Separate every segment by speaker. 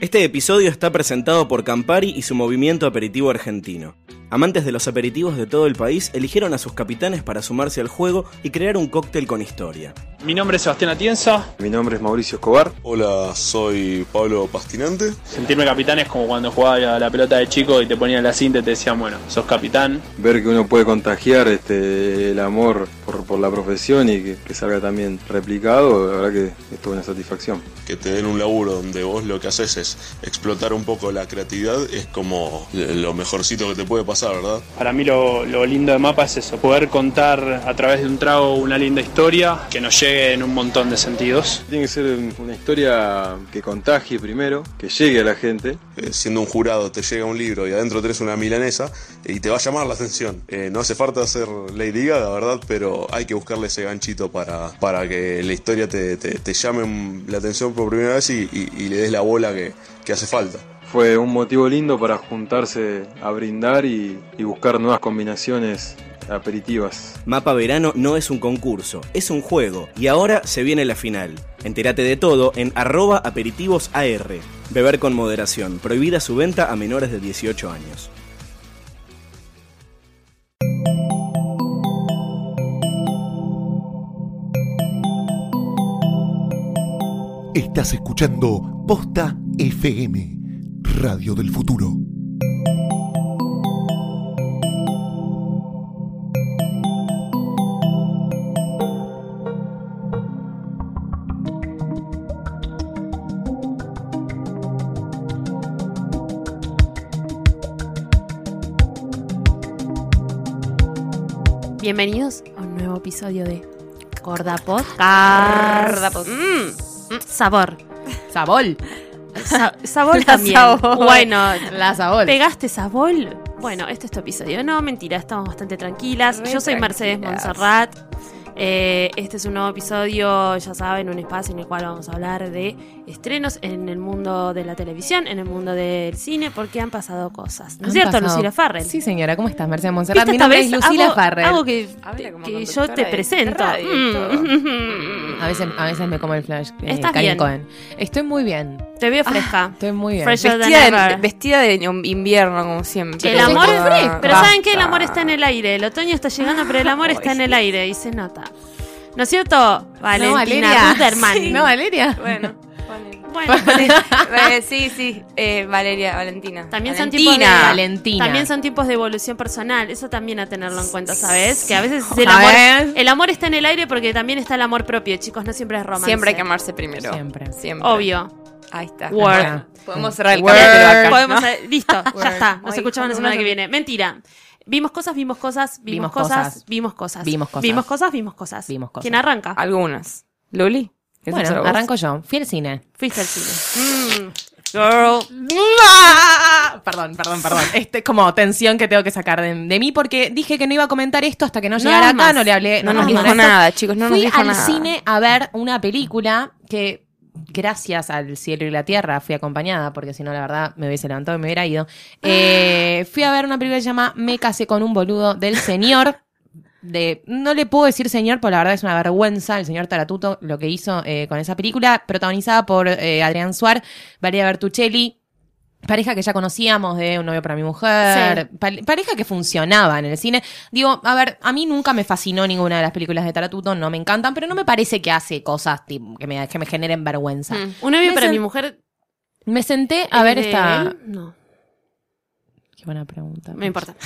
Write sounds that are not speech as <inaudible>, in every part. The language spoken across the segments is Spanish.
Speaker 1: Este episodio está presentado por Campari y su movimiento aperitivo argentino. Amantes de los aperitivos de todo el país eligieron a sus capitanes para sumarse al juego y crear un cóctel con historia.
Speaker 2: Mi nombre es Sebastián Atienza.
Speaker 3: Mi nombre es Mauricio Escobar.
Speaker 4: Hola, soy Pablo Pastinante.
Speaker 2: Sentirme capitán es como cuando jugaba la, la pelota de chico y te ponían la cinta y te decían, bueno, sos capitán.
Speaker 3: Ver que uno puede contagiar este, el amor por, por la profesión y que, que salga también replicado, la verdad que es toda una satisfacción.
Speaker 4: Que tener un laburo donde vos lo que haces es explotar un poco la creatividad es como lo mejorcito que te puede pasar, ¿verdad?
Speaker 2: Para mí lo, lo lindo de Mapa es eso, poder contar a través de un trago una linda historia que nos llegue en un montón de sentidos.
Speaker 3: Tiene que ser una historia que contagie primero, que llegue a la gente.
Speaker 4: Eh, siendo un jurado te llega un libro y adentro tenés una milanesa y te va a llamar la atención. Eh, no hace falta ser Lady Gaga, ¿verdad? Pero hay que buscarle ese ganchito para, para que la historia te, te, te llame la atención por primera vez y, y, y le des la bola que, que hace falta
Speaker 3: fue un motivo lindo para juntarse a brindar y, y, buscar nuevas combinaciones aperitivas.
Speaker 1: Mapa Verano no es un concurso, es un juego y ahora se viene la final. Entérate de todo en arroba aperitivosAR. Beber con moderación, prohibida su venta a menores de 18 años.
Speaker 5: Estás escuchando Posta FM. Radio del Futuro.
Speaker 6: Bienvenidos a un nuevo episodio de Corda Podcast. Mm, mm, sabor.
Speaker 7: Sabor.
Speaker 6: <laughs> Sa sabol también. Sabol. Bueno,
Speaker 7: la sabol.
Speaker 6: ¿Pegaste sabol? Bueno, este es tu episodio. No, mentira, estamos bastante tranquilas. Re Yo soy Mercedes tranquilas. Montserrat. Eh, este es un nuevo episodio, ya saben, un espacio en el cual vamos a hablar de estrenos en el mundo de la televisión, en el mundo del cine, porque han pasado cosas. ¿No es cierto, pasado. Lucila Farrell?
Speaker 7: Sí, señora, ¿cómo estás, Mercedes Montserrat? Mi nombre es Lucila
Speaker 6: hago,
Speaker 7: Farrell.
Speaker 6: Hago que, que yo te presento.
Speaker 7: Mm. a, veces, a veces me como el flash. Eh,
Speaker 6: ¿Estás Karen bien? Cohen.
Speaker 7: Estoy muy bien.
Speaker 6: <laughs> Te veo fresca. Ah,
Speaker 7: estoy muy bien.
Speaker 8: Vestida de, vestida de, invierno, como siempre.
Speaker 6: El amor, pero, pero ¿saben que El amor está en el aire. El otoño está llegando, pero el amor está en el aire y se nota. ¿No es cierto? Valentina
Speaker 7: no, sí. No, Valeria.
Speaker 8: Bueno. Vale. Bueno, vale. sí, sí, eh, Valeria, Valentina.
Speaker 6: También
Speaker 8: Valentina.
Speaker 6: son tipos de
Speaker 7: Valentina.
Speaker 6: También son tipos de evolución personal, eso también a tenerlo en cuenta, ¿sabes? Que a veces el amor, el amor está en el aire porque también está el amor propio, chicos, no siempre es romance.
Speaker 8: Siempre hay que amarse primero.
Speaker 7: Siempre,
Speaker 8: siempre.
Speaker 6: Obvio.
Speaker 8: Ahí está.
Speaker 6: Word. Bueno,
Speaker 8: podemos cerrar el acá,
Speaker 6: podemos, ¿no? Listo, Word. ya está. Nos Ay, escuchamos la semana que viene. Mentira. Vimos cosas, vimos cosas, vimos, cosas, vimos cosas.
Speaker 7: Vimos cosas.
Speaker 6: Vimos cosas, vimos cosas.
Speaker 7: Vimos cosas. Ah.
Speaker 6: ¿Quién arranca?
Speaker 8: Algunas. Luli.
Speaker 7: Bueno, arranco yo. Fui al cine.
Speaker 6: Fuiste al cine. Mm, girl.
Speaker 7: Perdón, perdón, perdón. Este como tensión que tengo que sacar de, de mí porque dije que no iba a comentar esto hasta que no llegara
Speaker 6: No
Speaker 7: acá, no le hablé.
Speaker 8: No, nos dijo nada, chicos, no nos
Speaker 7: Fui
Speaker 8: dijo
Speaker 7: al
Speaker 8: nada.
Speaker 7: cine a ver una película que gracias al cielo y la tierra fui acompañada, porque si no, la verdad, me hubiese levantado y me hubiera ido.
Speaker 8: Ah.
Speaker 7: Eh, fui a ver una película que se llama Me casé con un boludo del señor. De, no le puedo decir señor, porque la verdad es una vergüenza el señor Taratuto lo que hizo eh, con esa película, protagonizada por eh, Adrián Suar, Valeria Bertuccelli, Pareja que ya conocíamos de Un novio para mi mujer, sí. pa pareja que funcionaba en el cine. Digo, a ver, a mí nunca me fascinó ninguna de las películas de Taratuto, no me encantan, pero no me parece que hace cosas tipo, que, me, que me generen vergüenza. Mm.
Speaker 6: Un novio me para mi mujer.
Speaker 7: Me senté a ver esta.
Speaker 6: Él? No.
Speaker 7: Qué buena pregunta.
Speaker 6: No importa.
Speaker 8: <laughs>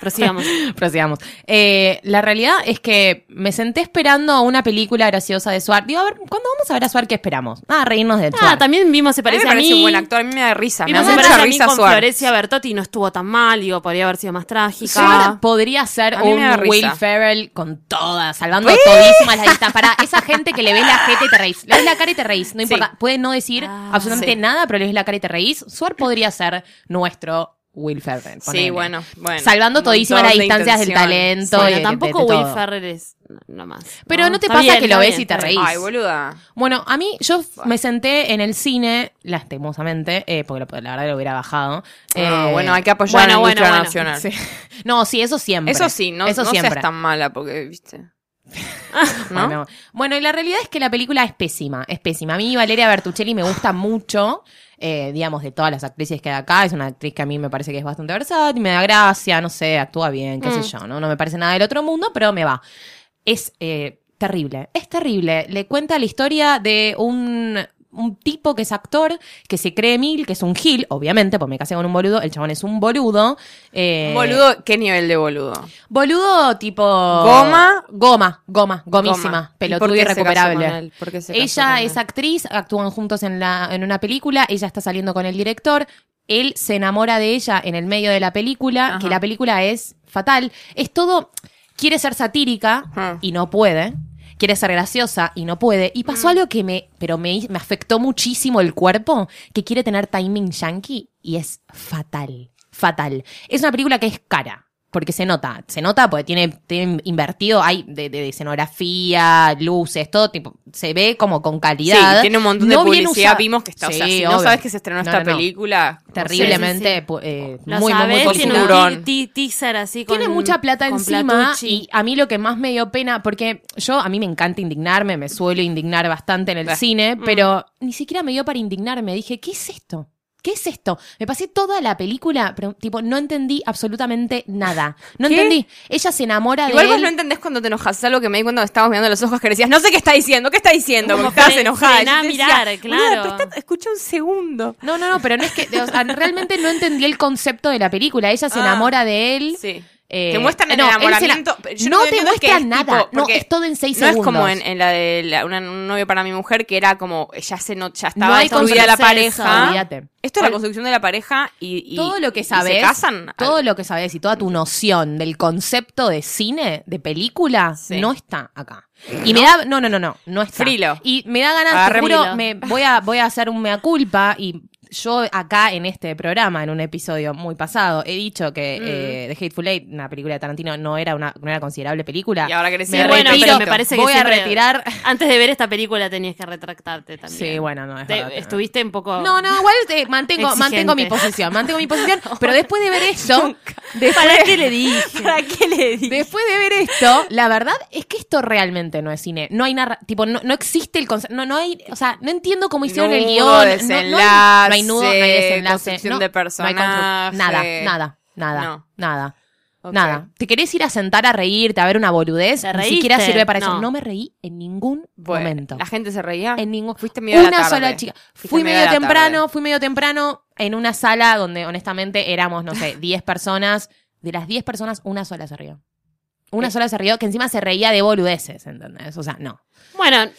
Speaker 6: Prosigamos.
Speaker 7: <laughs> Prosigamos. Eh, la realidad es que me senté esperando una película graciosa de Suar. Digo, a ver, ¿cuándo vamos a ver a Suar qué esperamos? Ah, reírnos de
Speaker 6: Ah,
Speaker 7: Suar.
Speaker 6: también vimos Se parece a
Speaker 8: a mí me parece
Speaker 6: mí.
Speaker 8: un buen actor, a mí me da risa.
Speaker 6: Vimos
Speaker 8: me
Speaker 6: Se
Speaker 8: da
Speaker 6: parece
Speaker 8: mucha
Speaker 6: a mí
Speaker 8: risa
Speaker 6: con
Speaker 8: Suar.
Speaker 6: Florencia Bertotti, no estuvo tan mal, digo, podría haber sido más trágica.
Speaker 7: Suar podría ser
Speaker 8: A mí me da
Speaker 7: un
Speaker 8: risa.
Speaker 7: Will Ferrell con todas, salvando todísimas las distancias. Para esa gente que le ves la jeta y te reís. Le ves la cara y te reís. No importa. Puede no decir
Speaker 6: Ah,
Speaker 7: absolutamente
Speaker 8: sí.
Speaker 7: nada, pero le ves la cara y te reís. Suar podría ser nuestro Will Ferrell.
Speaker 8: Sí,
Speaker 7: ponele.
Speaker 8: bueno, bueno.
Speaker 7: Salvando
Speaker 8: Un montón
Speaker 7: todísimas las
Speaker 8: de
Speaker 7: distancias del
Speaker 8: intenciones.
Speaker 7: talento. y
Speaker 6: Bueno,
Speaker 7: de-
Speaker 6: tampoco
Speaker 7: de- de
Speaker 6: Will
Speaker 7: todo.
Speaker 6: Ferrell es no más.
Speaker 7: Pero no te pasa que lo ves y te reís.
Speaker 8: Ay, boluda.
Speaker 7: Bueno, a mí yo f- me senté en el cine, lastimosamente, eh, porque lo- la verdad lo hubiera bajado.
Speaker 8: No,
Speaker 7: Eh,
Speaker 8: bueno, hay que apoyar a la
Speaker 6: bueno, bueno,
Speaker 8: industria
Speaker 6: bueno.
Speaker 8: nacional.
Speaker 7: sí. No, sí, eso siempre.
Speaker 8: Eso sí, no,
Speaker 7: Eso
Speaker 8: no
Speaker 7: siempre.
Speaker 8: seas tan mala porque,
Speaker 7: <laughs>
Speaker 8: viste. <laughs> ¿No?
Speaker 7: Bueno, bueno, y la realidad es que la película es pésima, es pésima. A mí Valeria Bertuccelli me gusta mucho. eh, digamos, de todas las actrices que hay acá. Es una actriz que a mí me parece que es bastante versátil, me da gracia, no sé, actúa bien, qué sé
Speaker 6: Mm.
Speaker 7: yo, ¿no? No me parece nada del otro mundo, pero me va. Es eh, terrible, es terrible. Le cuenta la historia de un, un tipo que es actor, que se cree mil, que es un gil, obviamente, pues me casé con un boludo, el chabón es un boludo. eh,
Speaker 8: Boludo, ¿qué nivel de boludo?
Speaker 7: Boludo tipo...
Speaker 8: ¿Goma?
Speaker 7: Goma, goma, gomísima,
Speaker 8: Goma. ¿Y por
Speaker 7: pelotudo
Speaker 8: qué se casó
Speaker 7: irrecuperable.
Speaker 8: con él? ¿Por qué se casó
Speaker 7: Ella
Speaker 8: con
Speaker 7: es
Speaker 8: él?
Speaker 7: actriz, actúan juntos en, la, en una película, ella está saliendo con el director, él se enamora de ella en el medio de la película,
Speaker 8: Ajá.
Speaker 7: que la película es fatal. Es todo, quiere ser satírica
Speaker 8: Ajá.
Speaker 7: y no puede. Quiere ser graciosa y no puede. Y
Speaker 8: Mm.
Speaker 7: pasó algo que me, pero me, me afectó muchísimo el cuerpo, que quiere tener timing yankee y es fatal, fatal. Es una película que es cara. Porque se nota, se nota porque tiene, tiene invertido, hay de, de- de escenografía, luces, todo tipo, se ve como con calidad.
Speaker 8: Sí, tiene un montón de
Speaker 7: No bien
Speaker 8: publicidad.
Speaker 7: usa-
Speaker 8: Vimos que está. o sea,
Speaker 7: Sí,
Speaker 8: si no
Speaker 7: obvio.
Speaker 8: sabes que se estrenó
Speaker 7: No,
Speaker 8: esta
Speaker 7: no, no.
Speaker 8: peliblemente
Speaker 7: Terriblemente, pu- eh,
Speaker 6: Lo
Speaker 7: muy, muy, muy,
Speaker 6: sabés, tiene
Speaker 7: publicitada.
Speaker 8: popular.
Speaker 6: un ti- ti- teaser así con,
Speaker 7: Tiene mucha plata
Speaker 6: con
Speaker 7: encima
Speaker 6: Platucci.
Speaker 7: y a mí lo que más me dio pena, porque yo a mí me encanta indignarme, me suelo indignar bastante en el
Speaker 8: Bah.
Speaker 7: cine, pero ni siquiera me dio para indignarme. Dije, ¿qué es esto? ¿Qué es esto? Me pasé toda la película, pero tipo, no entendí absolutamente nada. No
Speaker 8: ¿Qué?
Speaker 7: entendí. Ella se enamora
Speaker 8: Igual
Speaker 7: de
Speaker 8: vos
Speaker 7: él.
Speaker 8: lo entendés cuando te enojas. Es algo que me di cuando estábamos mirando los ojos que decías, no sé qué está diciendo, qué está diciendo,
Speaker 6: Como
Speaker 8: porque estabas
Speaker 6: fre-
Speaker 8: enojada. Y
Speaker 6: frená
Speaker 8: yo
Speaker 6: a
Speaker 8: te decía,
Speaker 6: mirar,
Speaker 8: "Boluda,
Speaker 6: claro".
Speaker 8: presta- escucha un segundo.
Speaker 7: No, no, no, pero no es que. o sea, realmente no entendí el concepto de la película. Ella se
Speaker 8: Ah,
Speaker 7: enamora de él.
Speaker 8: Sí.
Speaker 7: eh,
Speaker 8: te muestran el
Speaker 7: no, él se la-
Speaker 8: enamoramiento. pero yo
Speaker 7: no te
Speaker 8: entiendo que
Speaker 7: muestran
Speaker 8: es
Speaker 7: nada.
Speaker 8: tipo-
Speaker 7: No,
Speaker 8: porque
Speaker 7: es todo en seis
Speaker 8: no
Speaker 7: segundos.
Speaker 8: es como en, en la de la- una- un novio para mi mujer, que era como, eh, ya se no,
Speaker 7: No
Speaker 8: ya estaba
Speaker 7: hay
Speaker 8: construida la
Speaker 7: consenso,
Speaker 8: pareja.
Speaker 7: olvídate.
Speaker 8: Esto es la
Speaker 7: Ol-
Speaker 8: construcción de la pareja y, y-
Speaker 7: todo lo que
Speaker 8: y
Speaker 7: sabes,
Speaker 8: se casan.
Speaker 7: todo lo que sabes y toda tu noción del concepto de cine, de película,
Speaker 8: Sí.
Speaker 7: no está acá. Y me da, no, no, no, no, no está.
Speaker 8: Frilo.
Speaker 7: Y me da ganas, te
Speaker 8: Agarre
Speaker 7: juro,
Speaker 6: frilo.
Speaker 7: me voy a, voy a hacer un mea culpa y yo acá en este programa, en un episodio muy pasado, he dicho que
Speaker 8: Mm.
Speaker 7: eh, The Hateful Eight, una película de Tarantino, no era una, no era considerable película.
Speaker 8: Y ahora querés
Speaker 7: Me
Speaker 8: decir,
Speaker 7: retiro,
Speaker 6: bueno, pero me parece que
Speaker 7: voy a
Speaker 6: siempre-
Speaker 7: retirar.
Speaker 6: Antes de ver esta película tenías que retractarte también.
Speaker 7: Sí, bueno, no es
Speaker 6: Te-
Speaker 7: verdad que no.
Speaker 6: estuviste un poco.
Speaker 7: No, no, igual eh, mantengo,
Speaker 6: Exigente.
Speaker 7: mantengo mi posición, mantengo
Speaker 8: <laughs>
Speaker 7: mi posición, pero después de ver esto,
Speaker 6: ¿Para qué le dije?
Speaker 8: ¿Para qué le di?
Speaker 7: Después de ver esto, la verdad es que esto realmente no es cine. No hay narra tipo, no, no existe el concepto, no, no hay, o sea, no entiendo cómo hicieron el
Speaker 8: Nudo,
Speaker 7: guión. No- No, hay, no hay nudo, no hay
Speaker 8: desenlace,
Speaker 7: desenlace.
Speaker 8: construcción
Speaker 7: No, no
Speaker 8: de
Speaker 7: hay constru-
Speaker 8: personaje.
Speaker 7: nada, nada, nada,
Speaker 8: No.
Speaker 7: nada.
Speaker 8: Ok.
Speaker 7: Nada. Te querés ir a sentar a reírte, a ver una boludez.
Speaker 6: ¿Te
Speaker 7: Ni siquiera
Speaker 6: reíste?
Speaker 7: sirve para eso.
Speaker 6: No.
Speaker 7: No me reí en ningún
Speaker 8: Bueno,
Speaker 7: momento.
Speaker 8: La gente se reía.
Speaker 7: En ningún.
Speaker 8: Fuiste medio de la
Speaker 7: Una
Speaker 8: tarde.
Speaker 7: sola chica.
Speaker 8: Fuiste
Speaker 7: fui
Speaker 8: medio
Speaker 7: medio
Speaker 8: de la
Speaker 7: temprano,
Speaker 8: tarde.
Speaker 7: fui medio temprano en una sala donde honestamente éramos, no
Speaker 8: <laughs>
Speaker 7: sé, 10 personas. De las 10 personas, una sola se rió. Una
Speaker 8: Eh.
Speaker 7: sola se rió, que encima se reía de boludeces, ¿entendés? O sea, no.
Speaker 6: Bueno,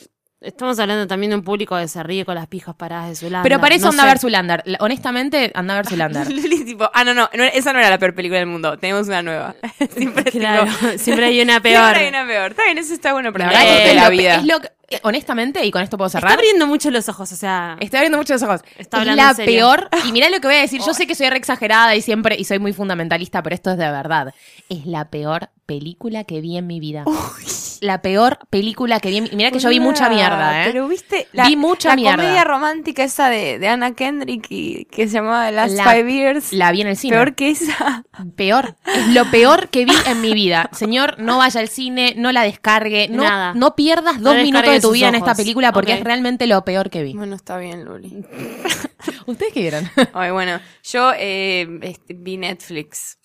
Speaker 6: estamos hablando también de un público que se ríe con las pijas paradas de su
Speaker 8: Ah,
Speaker 6: lado.
Speaker 7: Pero para eso anda a ver
Speaker 6: versus
Speaker 7: Zulander. Honestamente, anda a ver
Speaker 8: <laughs>
Speaker 7: Zulander.
Speaker 8: Luli, tipo, ah, no, no, no, esa no era la peor película del mundo. Tenemos una nueva. <laughs> Siempre, tipo,
Speaker 6: Claro, <laughs> siempre hay una peor.
Speaker 8: <laughs> siempre hay una peor. Está bien, eso está bueno, pero
Speaker 7: La
Speaker 8: no
Speaker 7: verdad
Speaker 8: es
Speaker 7: que
Speaker 8: de
Speaker 7: es
Speaker 8: la
Speaker 7: lo-
Speaker 8: vida.
Speaker 7: es lo que- eh, honestamente, y con esto puedo
Speaker 6: Está
Speaker 7: cerrar.
Speaker 6: abriendo mucho los ojos, o sea.
Speaker 7: Estoy abriendo mucho los ojos.
Speaker 6: Está
Speaker 7: es
Speaker 6: hablando
Speaker 7: la
Speaker 6: en serio.
Speaker 7: peor. Y mirá lo que voy a decir. Yo sé que soy re exagerada y siempre y soy muy fundamentalista, pero esto es de verdad. Es la peor película que vi en mi vida.
Speaker 8: Oh,
Speaker 7: La peor película que vi en mi Mirá que yo vi mucha mierda, ¿eh?
Speaker 8: Pero viste, la,
Speaker 7: Vi mucha
Speaker 8: la
Speaker 7: mierda.
Speaker 8: comedia romántica esa de, de Anna Kendrick y- que se llamaba The Last
Speaker 7: La-
Speaker 8: Five Years.
Speaker 7: La vi en el cine.
Speaker 8: peor que esa.
Speaker 7: Peor. Es lo peor que vi en mi vida. Señor, no vaya al cine, no la descargue, no,
Speaker 6: Nada.
Speaker 7: no pierdas dos
Speaker 6: No
Speaker 7: minutos de
Speaker 6: descargues
Speaker 7: tu vida en
Speaker 6: sus
Speaker 7: esta
Speaker 6: ojos.
Speaker 7: película porque
Speaker 6: Ok.
Speaker 7: es realmente lo peor que vi.
Speaker 8: Bueno, está bien, Luli.
Speaker 7: ¿Ustedes qué vieron?
Speaker 8: Ay, bueno, yo eh, este, vi Netflix.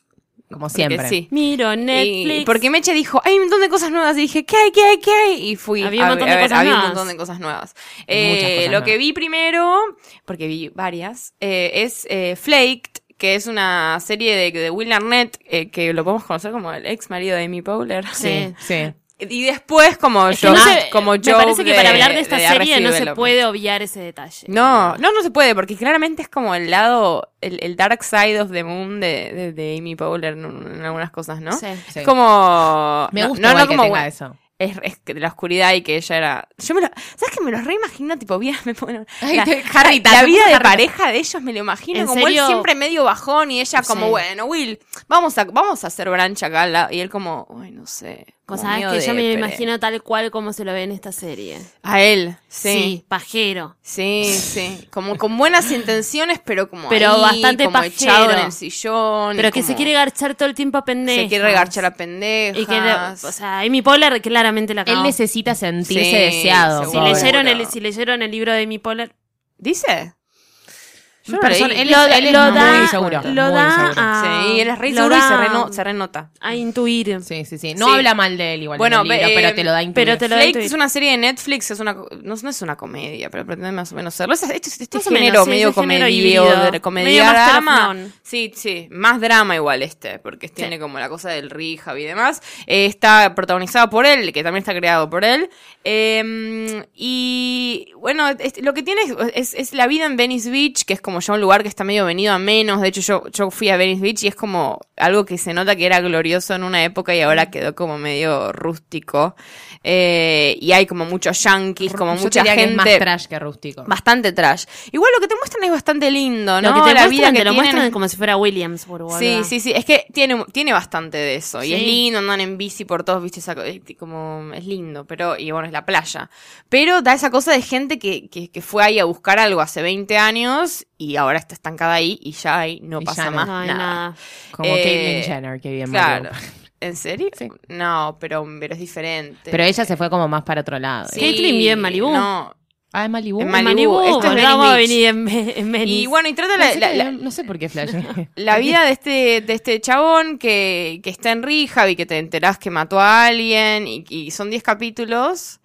Speaker 7: Como
Speaker 8: porque
Speaker 7: siempre.
Speaker 8: Sí.
Speaker 6: Miro Netflix.
Speaker 8: Y- porque Meche dijo, hay un montón de cosas nuevas. Y dije, ¿qué hay, qué hay, qué hay? Y fui
Speaker 6: Había un
Speaker 8: a
Speaker 6: montón de
Speaker 8: ver- a ver,
Speaker 6: cosas
Speaker 8: había un
Speaker 6: nuevas.
Speaker 8: montón de cosas nuevas.
Speaker 7: Muchas
Speaker 8: Eh,
Speaker 7: cosas
Speaker 8: lo que
Speaker 7: nuevas.
Speaker 8: vi primero, porque vi varias, eh, es eh, Flaked, que es una serie de, de Will Arnett, eh, que lo podemos conocer como el ex marido de Amy Powler.
Speaker 7: Sí, sí.
Speaker 8: <laughs> Y después como
Speaker 6: Es que
Speaker 8: yo,
Speaker 6: no se-
Speaker 8: como
Speaker 6: me
Speaker 8: yo
Speaker 6: parece que para hablar de esta serie no se puede obviar ese detalle.
Speaker 8: No, no, no se puede, porque claramente es como el lado, el, el dark side of the moon de, de- de Amy Powler en, en algunas cosas, ¿¿no?
Speaker 6: Sí.
Speaker 7: sí.
Speaker 8: Es como.
Speaker 7: Me
Speaker 8: no-
Speaker 7: gusta
Speaker 8: no, no,
Speaker 7: igual que
Speaker 8: como
Speaker 7: tenga
Speaker 8: bu-
Speaker 7: eso.
Speaker 8: Es, es que de la oscuridad y que ella era. Yo me lo. ¿Sabes que me lo reimagino? Tipo, vida. <laughs> Me pongo-
Speaker 7: Ay,
Speaker 8: la,
Speaker 7: te- Harry,
Speaker 8: la
Speaker 7: te-
Speaker 8: vida de
Speaker 7: Harry.
Speaker 8: pareja de ellos me lo imagino.
Speaker 6: ¿En
Speaker 8: Como
Speaker 6: serio?
Speaker 8: él siempre medio bajón y ella como,
Speaker 6: Sí.
Speaker 8: bueno, Will, vamos a, vamos a hacer branch acá. al lado", y él como, ay, no sé. como
Speaker 6: Cosa
Speaker 8: medio
Speaker 6: que yo me
Speaker 8: depre.
Speaker 6: imagino tal cual como se lo ve en esta serie.
Speaker 8: A él,
Speaker 6: Sí,
Speaker 8: sí.
Speaker 6: pajero.
Speaker 8: Sí, sí. Como con buenas intenciones, pero como.
Speaker 6: Pero
Speaker 8: ahí,
Speaker 6: bastante
Speaker 8: como echado en
Speaker 6: pajero.
Speaker 8: el sillón. y
Speaker 6: Pero que se
Speaker 8: como
Speaker 6: quiere garchar todo el tiempo a pendejas.
Speaker 8: Se quiere regarchar a pendejas.
Speaker 6: Y que, la- o sea, Amy Poehler claramente la
Speaker 7: Él
Speaker 6: cagó.
Speaker 7: necesita sentirse
Speaker 8: Sí,
Speaker 7: deseado.
Speaker 6: si
Speaker 8: seguro.
Speaker 7: pobre.
Speaker 6: leyeron el Si leyeron el libro de Amy Poehler,
Speaker 8: ¿Dice? Yo lo
Speaker 7: Persona-
Speaker 8: leí.
Speaker 7: él
Speaker 6: Lo-
Speaker 7: es- él es
Speaker 6: lo
Speaker 7: muy
Speaker 6: da-
Speaker 7: inseguro,
Speaker 6: lo
Speaker 7: muy
Speaker 6: da
Speaker 7: inseguro.
Speaker 6: a-
Speaker 8: Sí, él es re
Speaker 6: Lo
Speaker 8: inseguro y se,
Speaker 6: da-
Speaker 8: reno- se renota.
Speaker 6: A intuir.
Speaker 7: Sí, sí, sí. No
Speaker 8: Sí.
Speaker 7: habla mal de él igual. en
Speaker 8: Bueno,
Speaker 7: el libro,
Speaker 8: eh,
Speaker 7: em, pero te lo da a
Speaker 6: pero
Speaker 7: intuir.
Speaker 6: te lo-
Speaker 8: Flaked
Speaker 6: doy.
Speaker 8: es una serie de Netflix, es una, co- no, no es una comedia, pero pretende más o menos serlo. Es- Este, este
Speaker 6: Más o menos,
Speaker 8: género
Speaker 6: sí,
Speaker 8: medio
Speaker 6: es un género
Speaker 8: comedio,
Speaker 6: híbrido.
Speaker 8: de- comedia
Speaker 6: Medio Master of
Speaker 8: drama.
Speaker 6: None.
Speaker 8: Sí, sí, más drama igual este, porque tiene como la cosa del Rehab y demás. Eh, está protagonizado por él, que también está creado por él. Eh, y bueno, es- lo que tiene es, es- es la vida en Venice Beach, que es como ya un lugar que está medio venido a menos. De hecho, yo, yo fui a Venice Beach y es como algo que se nota que era glorioso en una época y
Speaker 6: Mm.
Speaker 8: ahora quedó como medio rústico. Eh, y hay como muchos yanquis, como
Speaker 7: Yo
Speaker 8: mucha
Speaker 7: diría que
Speaker 8: gente.
Speaker 7: es más trash que rústico.
Speaker 8: Bastante trash. Igual lo que te muestran es bastante lindo, ¿no?
Speaker 6: Lo que te
Speaker 8: la
Speaker 6: muestran,
Speaker 8: vida que
Speaker 6: te lo
Speaker 8: tienen
Speaker 6: muestran
Speaker 8: es-
Speaker 6: como si fuera Williams, por
Speaker 8: Sí,
Speaker 6: boluda.
Speaker 8: sí, sí. Es que tiene, tiene bastante de eso. Y
Speaker 6: Sí.
Speaker 8: es lindo, andan en bici por todos, viste, esa co- eh, como es lindo, pero, y bueno, es la playa. Pero da esa cosa de gente que, que, que fue ahí a buscar algo hace 20 años y ahora está estancada ahí y ya ahí no
Speaker 7: Y
Speaker 8: pasa
Speaker 7: ya no.
Speaker 8: más
Speaker 6: No hay
Speaker 8: nada.
Speaker 6: nada.
Speaker 7: Como
Speaker 8: Eh,
Speaker 7: Caitlyn Jenner, que bien
Speaker 8: Claro.
Speaker 7: Mario.
Speaker 8: ¿En serio? No, pero, pero es diferente.
Speaker 7: Pero ella se fue como más para otro lado.
Speaker 8: Sí,
Speaker 6: Caitlyn vive en Malibú.
Speaker 8: No.
Speaker 7: Ah, en Malibu.
Speaker 8: En
Speaker 6: En
Speaker 8: Malibú,
Speaker 6: Malibú,
Speaker 8: esto es
Speaker 6: boluda,
Speaker 8: Venice
Speaker 6: vamos a
Speaker 8: Beach.
Speaker 6: venir en, Ve- en Venice.
Speaker 8: Y bueno, y trata la-
Speaker 7: Pensé
Speaker 8: la-
Speaker 7: que-
Speaker 8: la,
Speaker 7: no sé por qué flash.
Speaker 8: <laughs> La vida de este, de este chabón que, que está en rehab y que te enterás que mató a alguien y, y son 10 capítulos.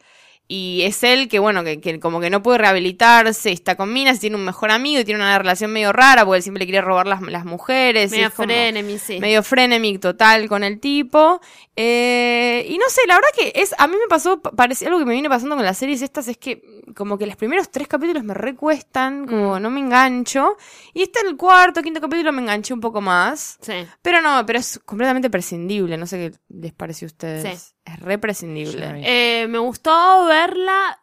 Speaker 8: Y es él que, bueno, que, que como que no puede rehabilitarse, está con minas, tiene un mejor amigo y tiene una relación medio rara porque él siempre le quiere robar las, las mujeres. y
Speaker 6: Medio
Speaker 8: es como
Speaker 6: frenemy, sí.
Speaker 8: Medio frenemic total con el tipo. Eh, y no sé, la verdad que es a mí me pasó, pa- parece algo que me viene pasando con las series estas, es que como que los primeros tres capítulos me recuestan, como no me engancho. Y está el cuarto, quinto capítulo me enganché un poco más.
Speaker 6: Sí.
Speaker 8: Pero no, pero es completamente prescindible, no sé qué les pareció a ustedes.
Speaker 6: Sí.
Speaker 8: Es re prescindible.
Speaker 7: Sí.
Speaker 6: Eh, me gustó verla.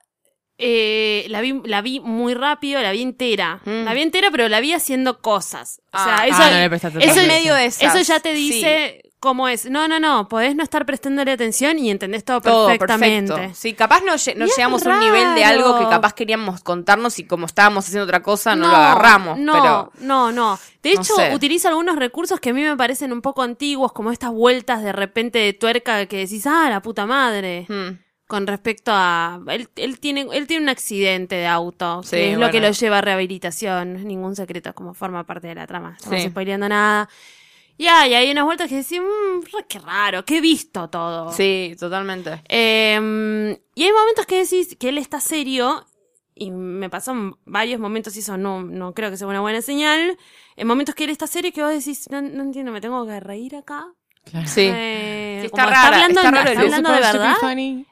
Speaker 6: eh, la, vi, la vi muy rápido, la vi entera.
Speaker 8: Mm.
Speaker 6: La vi entera, pero la vi haciendo cosas. O sea,
Speaker 8: Ah,
Speaker 6: eso,
Speaker 7: ah, no le prestaste
Speaker 6: eso-
Speaker 7: atención.
Speaker 8: en medio de esas,
Speaker 6: eso ya te
Speaker 8: sí.
Speaker 6: dice cómo es. No, no, no. Podés no estar prestándole atención y entendés todo,
Speaker 8: Todo
Speaker 6: perfectamente.
Speaker 8: perfecto. Sí, capaz no, lle- no
Speaker 6: Y es
Speaker 8: llegamos a un nivel de algo que
Speaker 6: raro.
Speaker 8: capaz queríamos contarnos y como estábamos haciendo otra cosa no, lo agarramos.
Speaker 6: No,
Speaker 8: pero...
Speaker 6: no, no. De
Speaker 8: no
Speaker 6: hecho,
Speaker 8: sé.
Speaker 6: utiliza algunos recursos que a mí me parecen un poco antiguos, como estas vueltas de repente de tuerca que decís, ah, la puta madre.
Speaker 8: Hmm.
Speaker 6: con respecto a él, él tiene él tiene un accidente de auto
Speaker 8: Sí,
Speaker 6: que es lo que
Speaker 8: bueno.
Speaker 6: lo lleva a rehabilitación no es ningún secreto como forma parte de la trama estamos
Speaker 8: Sí.
Speaker 6: spoileando nada y hay, hay unas vueltas que decís mmm, re- qué raro qué visto todo
Speaker 8: Sí, totalmente.
Speaker 6: Eh, y hay momentos que decís que él está serio y me pasó en varios momentos y eso no, no creo que sea una buena señal en momentos que él está serio que vos decís no, no entiendo me tengo que reír acá
Speaker 8: Sí.
Speaker 6: Eh,
Speaker 8: Sí, está
Speaker 6: como
Speaker 8: rara,
Speaker 6: hablando,
Speaker 8: está raro el look.
Speaker 6: hablando de verdad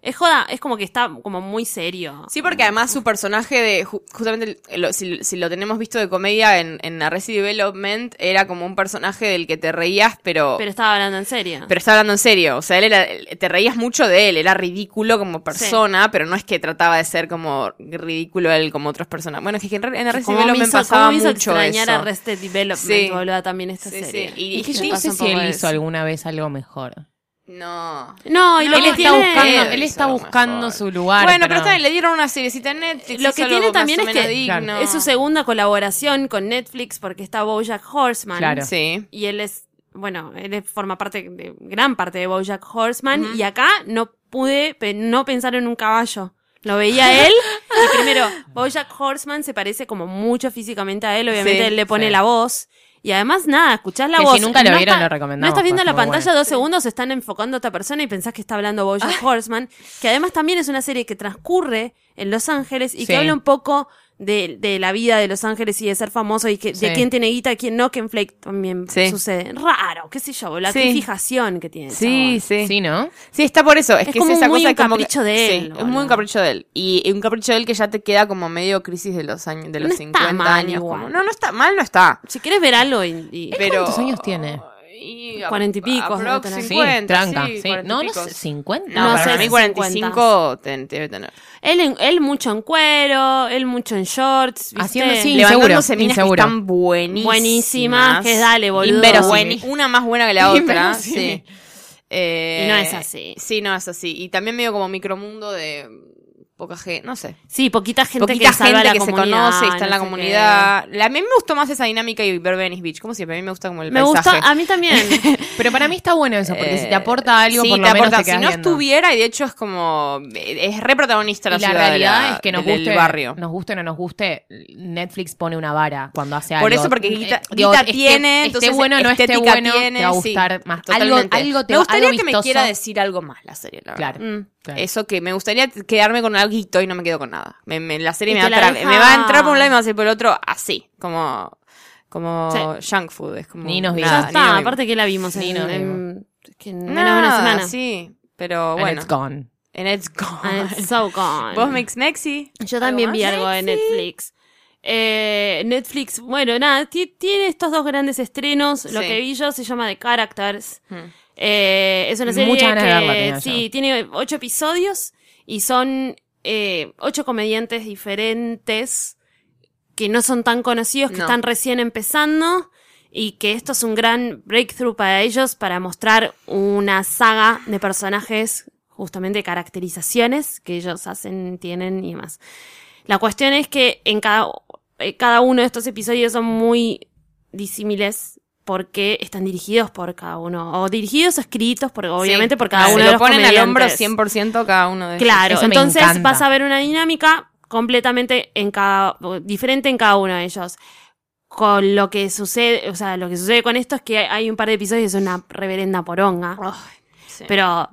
Speaker 6: es joda, es como que está como muy serio.
Speaker 8: Sí, porque además su personaje de. ju- Justamente, el- lo- si, si lo tenemos visto de comedia en, en Arrested Development, era como un personaje del que te reías, pero.
Speaker 6: Pero
Speaker 8: Pero,
Speaker 6: estaba hablando en serio.
Speaker 8: está hablando en serio. O sea, él era- él- te reías mucho de él. Era ridículo como persona, pero no es que trataba de ser como ridículo él como otras personas. Bueno, es que en, en Arrested
Speaker 6: Como me
Speaker 8: Development
Speaker 6: hizo,
Speaker 8: pasaba
Speaker 6: como me hizo
Speaker 8: mucho
Speaker 6: extrañar
Speaker 8: eso.
Speaker 6: a Rested Development,
Speaker 8: Sí.
Speaker 6: boluda, también esta
Speaker 8: Sí,
Speaker 6: serie.
Speaker 8: sí. Y- "Este
Speaker 7: Es que
Speaker 8: y
Speaker 7: yo
Speaker 8: me
Speaker 7: no
Speaker 8: pasa
Speaker 7: sé
Speaker 8: un
Speaker 7: si
Speaker 8: poco
Speaker 7: él
Speaker 8: eso.
Speaker 7: hizo alguna vez algo mejor.
Speaker 8: No.
Speaker 6: No, y lo
Speaker 7: él
Speaker 6: que
Speaker 7: está
Speaker 6: tiene-
Speaker 7: buscando,
Speaker 8: él
Speaker 7: él
Speaker 8: hizo
Speaker 7: está
Speaker 8: algo
Speaker 7: buscando
Speaker 8: mejor.
Speaker 7: su lugar.
Speaker 8: bueno, pero, también le dieron una seriecita en Netflix.
Speaker 6: Lo que
Speaker 8: hizo
Speaker 6: tiene
Speaker 8: algo más
Speaker 6: también
Speaker 8: o
Speaker 6: es
Speaker 8: menos
Speaker 6: que-
Speaker 8: digno.
Speaker 7: Claro.
Speaker 6: es su segunda colaboración con Netflix porque está Bojack Horseman.
Speaker 7: Claro.
Speaker 8: Sí.
Speaker 6: Y él es, bueno, él es- forma parte, de, gran parte de Bojack Horseman. Y acá no pude pe- no pensar en un caballo. Lo veía
Speaker 7: <laughs>
Speaker 6: él. y primero, Bojack Horseman se parece como mucho físicamente a él. Obviamente
Speaker 8: Sí,
Speaker 6: él le pone
Speaker 7: sí.
Speaker 6: la voz. Y además, nada, escuchás la
Speaker 7: Que si
Speaker 6: voz.
Speaker 7: nunca lo
Speaker 6: no
Speaker 7: vieron,
Speaker 6: está-
Speaker 7: lo recomendamos,
Speaker 6: No estás viendo
Speaker 7: pues,
Speaker 6: la
Speaker 7: muy
Speaker 6: pantalla
Speaker 7: bueno.
Speaker 6: dos segundos, están enfocando a otra persona y pensás que está hablando
Speaker 7: <laughs>
Speaker 6: Bojack Horseman. Que además también es una serie que transcurre en Los Ángeles y
Speaker 7: Sí.
Speaker 6: que habla un poco de, de la vida de Los Ángeles y de ser famoso y que,
Speaker 7: Sí.
Speaker 6: de quién tiene guita, quién no, que en Flake también
Speaker 8: Sí.
Speaker 6: sucede. Raro, qué sé yo, la
Speaker 8: Sí.
Speaker 6: fijación que tiene. el
Speaker 8: Sí,
Speaker 6: chabón.
Speaker 8: sí.
Speaker 7: Sí, ¿no?
Speaker 8: Sí, está por eso. Es,
Speaker 6: Es
Speaker 8: que
Speaker 6: como
Speaker 8: es esa
Speaker 6: muy
Speaker 8: cosa
Speaker 6: un
Speaker 8: como
Speaker 6: capricho de él,
Speaker 8: Sí, es muy
Speaker 6: boludo.
Speaker 8: un capricho de él. Y y un capricho de él que ya te queda como medio crisis de los años, de los
Speaker 6: No está
Speaker 8: 50
Speaker 6: mal
Speaker 8: años.
Speaker 6: igual.
Speaker 8: como- no, no está mal, no está.
Speaker 6: Si quieres ver algo y, y-
Speaker 7: Pero- ¿Cuántos años tiene?
Speaker 8: Y a-
Speaker 6: Cuarenta y pico,
Speaker 8: aprox
Speaker 6: debe tener.
Speaker 7: Sí,
Speaker 8: 50,
Speaker 7: tranca.
Speaker 8: sí,
Speaker 7: Sí,
Speaker 8: cuarenta y
Speaker 7: No, no
Speaker 8: pico.
Speaker 7: sé, 50.
Speaker 8: No,
Speaker 6: No
Speaker 8: para
Speaker 6: sé,
Speaker 8: mí
Speaker 6: si
Speaker 8: 45 ten- debe tener.
Speaker 6: él, en- él mucho en cuero, él mucho en shorts, ¿viste?
Speaker 7: Haciendo sí,
Speaker 8: Levantándose
Speaker 7: inseguro,
Speaker 8: minas que
Speaker 7: inseguro.
Speaker 8: están buenísimas.
Speaker 6: Buenísimas, que dale, boludo.
Speaker 8: Inverosímil. Una más buena que la otra, sí.
Speaker 7: Inverosímil.
Speaker 8: Eh,
Speaker 6: Y no es así.
Speaker 8: Sí, no es así. Y también medio como micromundo de poca gente, no sé.
Speaker 6: Sí, poquita gente
Speaker 8: poquita
Speaker 6: que, salva
Speaker 8: gente
Speaker 6: la
Speaker 8: que se
Speaker 6: comunidad,
Speaker 8: conoce y está en
Speaker 6: no sé
Speaker 8: la
Speaker 6: qué.
Speaker 8: comunidad. La- a mí me gustó más esa dinámica y ver Venice Beach, como siempre. A mí me gusta como el
Speaker 6: Me
Speaker 8: paisaje.
Speaker 6: gusta, a mí
Speaker 8: <laughs>
Speaker 6: también.
Speaker 7: Pero para mí está bueno eso, porque si te
Speaker 8: Eh,
Speaker 7: aporta algo,
Speaker 8: sí,
Speaker 7: por lo
Speaker 8: te
Speaker 7: menos
Speaker 8: aporta.
Speaker 7: te quedas
Speaker 8: Si no
Speaker 7: viendo.
Speaker 8: estuviera, y de hecho es como. Es re protagonista la,
Speaker 7: Y la
Speaker 8: ciudad de
Speaker 7: realidad
Speaker 8: la-
Speaker 7: es que nos
Speaker 8: del
Speaker 7: guste,
Speaker 8: barrio.
Speaker 7: nos guste o no nos guste, Netflix pone una vara cuando hace algo.
Speaker 8: Por eso, porque guita-
Speaker 7: Eh, digo,
Speaker 8: guita
Speaker 7: esté-
Speaker 8: tiene,
Speaker 7: esté
Speaker 8: entonces
Speaker 7: bueno o no esté
Speaker 8: estética
Speaker 7: bueno,
Speaker 8: tiene,
Speaker 7: te va a
Speaker 8: sí.
Speaker 7: gustar más. Algo,
Speaker 8: Totalmente.
Speaker 7: algo te
Speaker 8: me gustaría
Speaker 7: algo
Speaker 8: que me
Speaker 7: vistoso.
Speaker 8: quiera decir algo más la serie, la verdad.
Speaker 7: Claro,
Speaker 8: Mm.
Speaker 7: claro.
Speaker 8: Eso que me gustaría quedarme con algo y no me quedo con nada. Me, me- la serie
Speaker 6: Y
Speaker 8: me va,
Speaker 6: te
Speaker 8: a
Speaker 6: la
Speaker 8: tra-
Speaker 6: deja-
Speaker 8: me va a entrar por un lado y me va a hacer por el otro así, como como junk food. Es como,
Speaker 7: Ni nos vimos.
Speaker 6: ya
Speaker 8: nada, ni nos
Speaker 6: está,
Speaker 8: vimos.
Speaker 6: aparte que la vimos en,
Speaker 7: Sí, no,
Speaker 6: en- que en menos de
Speaker 8: Nada,
Speaker 6: una semana.
Speaker 8: Sí, pero
Speaker 7: And
Speaker 8: bueno.
Speaker 7: it's gone.
Speaker 8: And it's gone.
Speaker 6: And it's so gone.
Speaker 8: Vos, Mix Mexi.
Speaker 6: Yo también
Speaker 8: ¿Algo
Speaker 6: vi
Speaker 8: más?
Speaker 6: algo de Netflix. Eh, Netflix, bueno, nada, ti- tiene estos dos grandes estrenos. Lo
Speaker 8: Sí.
Speaker 6: que vi yo se llama The Characters.
Speaker 8: Hmm.
Speaker 6: Eh, es una serie
Speaker 7: Muchas ganas
Speaker 6: que
Speaker 7: de verla tenía yo.
Speaker 6: sí, tiene ocho episodios y son eh, ocho comediantes diferentes que no son tan conocidos, que
Speaker 8: No.
Speaker 6: están recién empezando y que esto es un gran breakthrough para ellos para mostrar una saga de personajes, justamente caracterizaciones que ellos hacen, tienen y demás. La cuestión es que en cada, eh, cada uno de estos episodios son muy disímiles porque están dirigidos por cada uno, o dirigidos o escritos, por, obviamente
Speaker 8: Sí, Ah,
Speaker 6: por cada
Speaker 8: se
Speaker 6: uno
Speaker 8: lo
Speaker 6: de los
Speaker 8: ponen al hombro
Speaker 6: comediantes.
Speaker 8: 100% cada uno de ellos.
Speaker 6: Claro,
Speaker 7: Eso me
Speaker 6: entonces
Speaker 7: encanta.
Speaker 6: vas a ver una dinámica completamente en cada, diferente en cada uno de ellos. Con lo que sucede, o sea, lo que sucede con esto es que hay- hay un par de episodios que es una reverenda poronga.
Speaker 8: Sí.
Speaker 6: Pero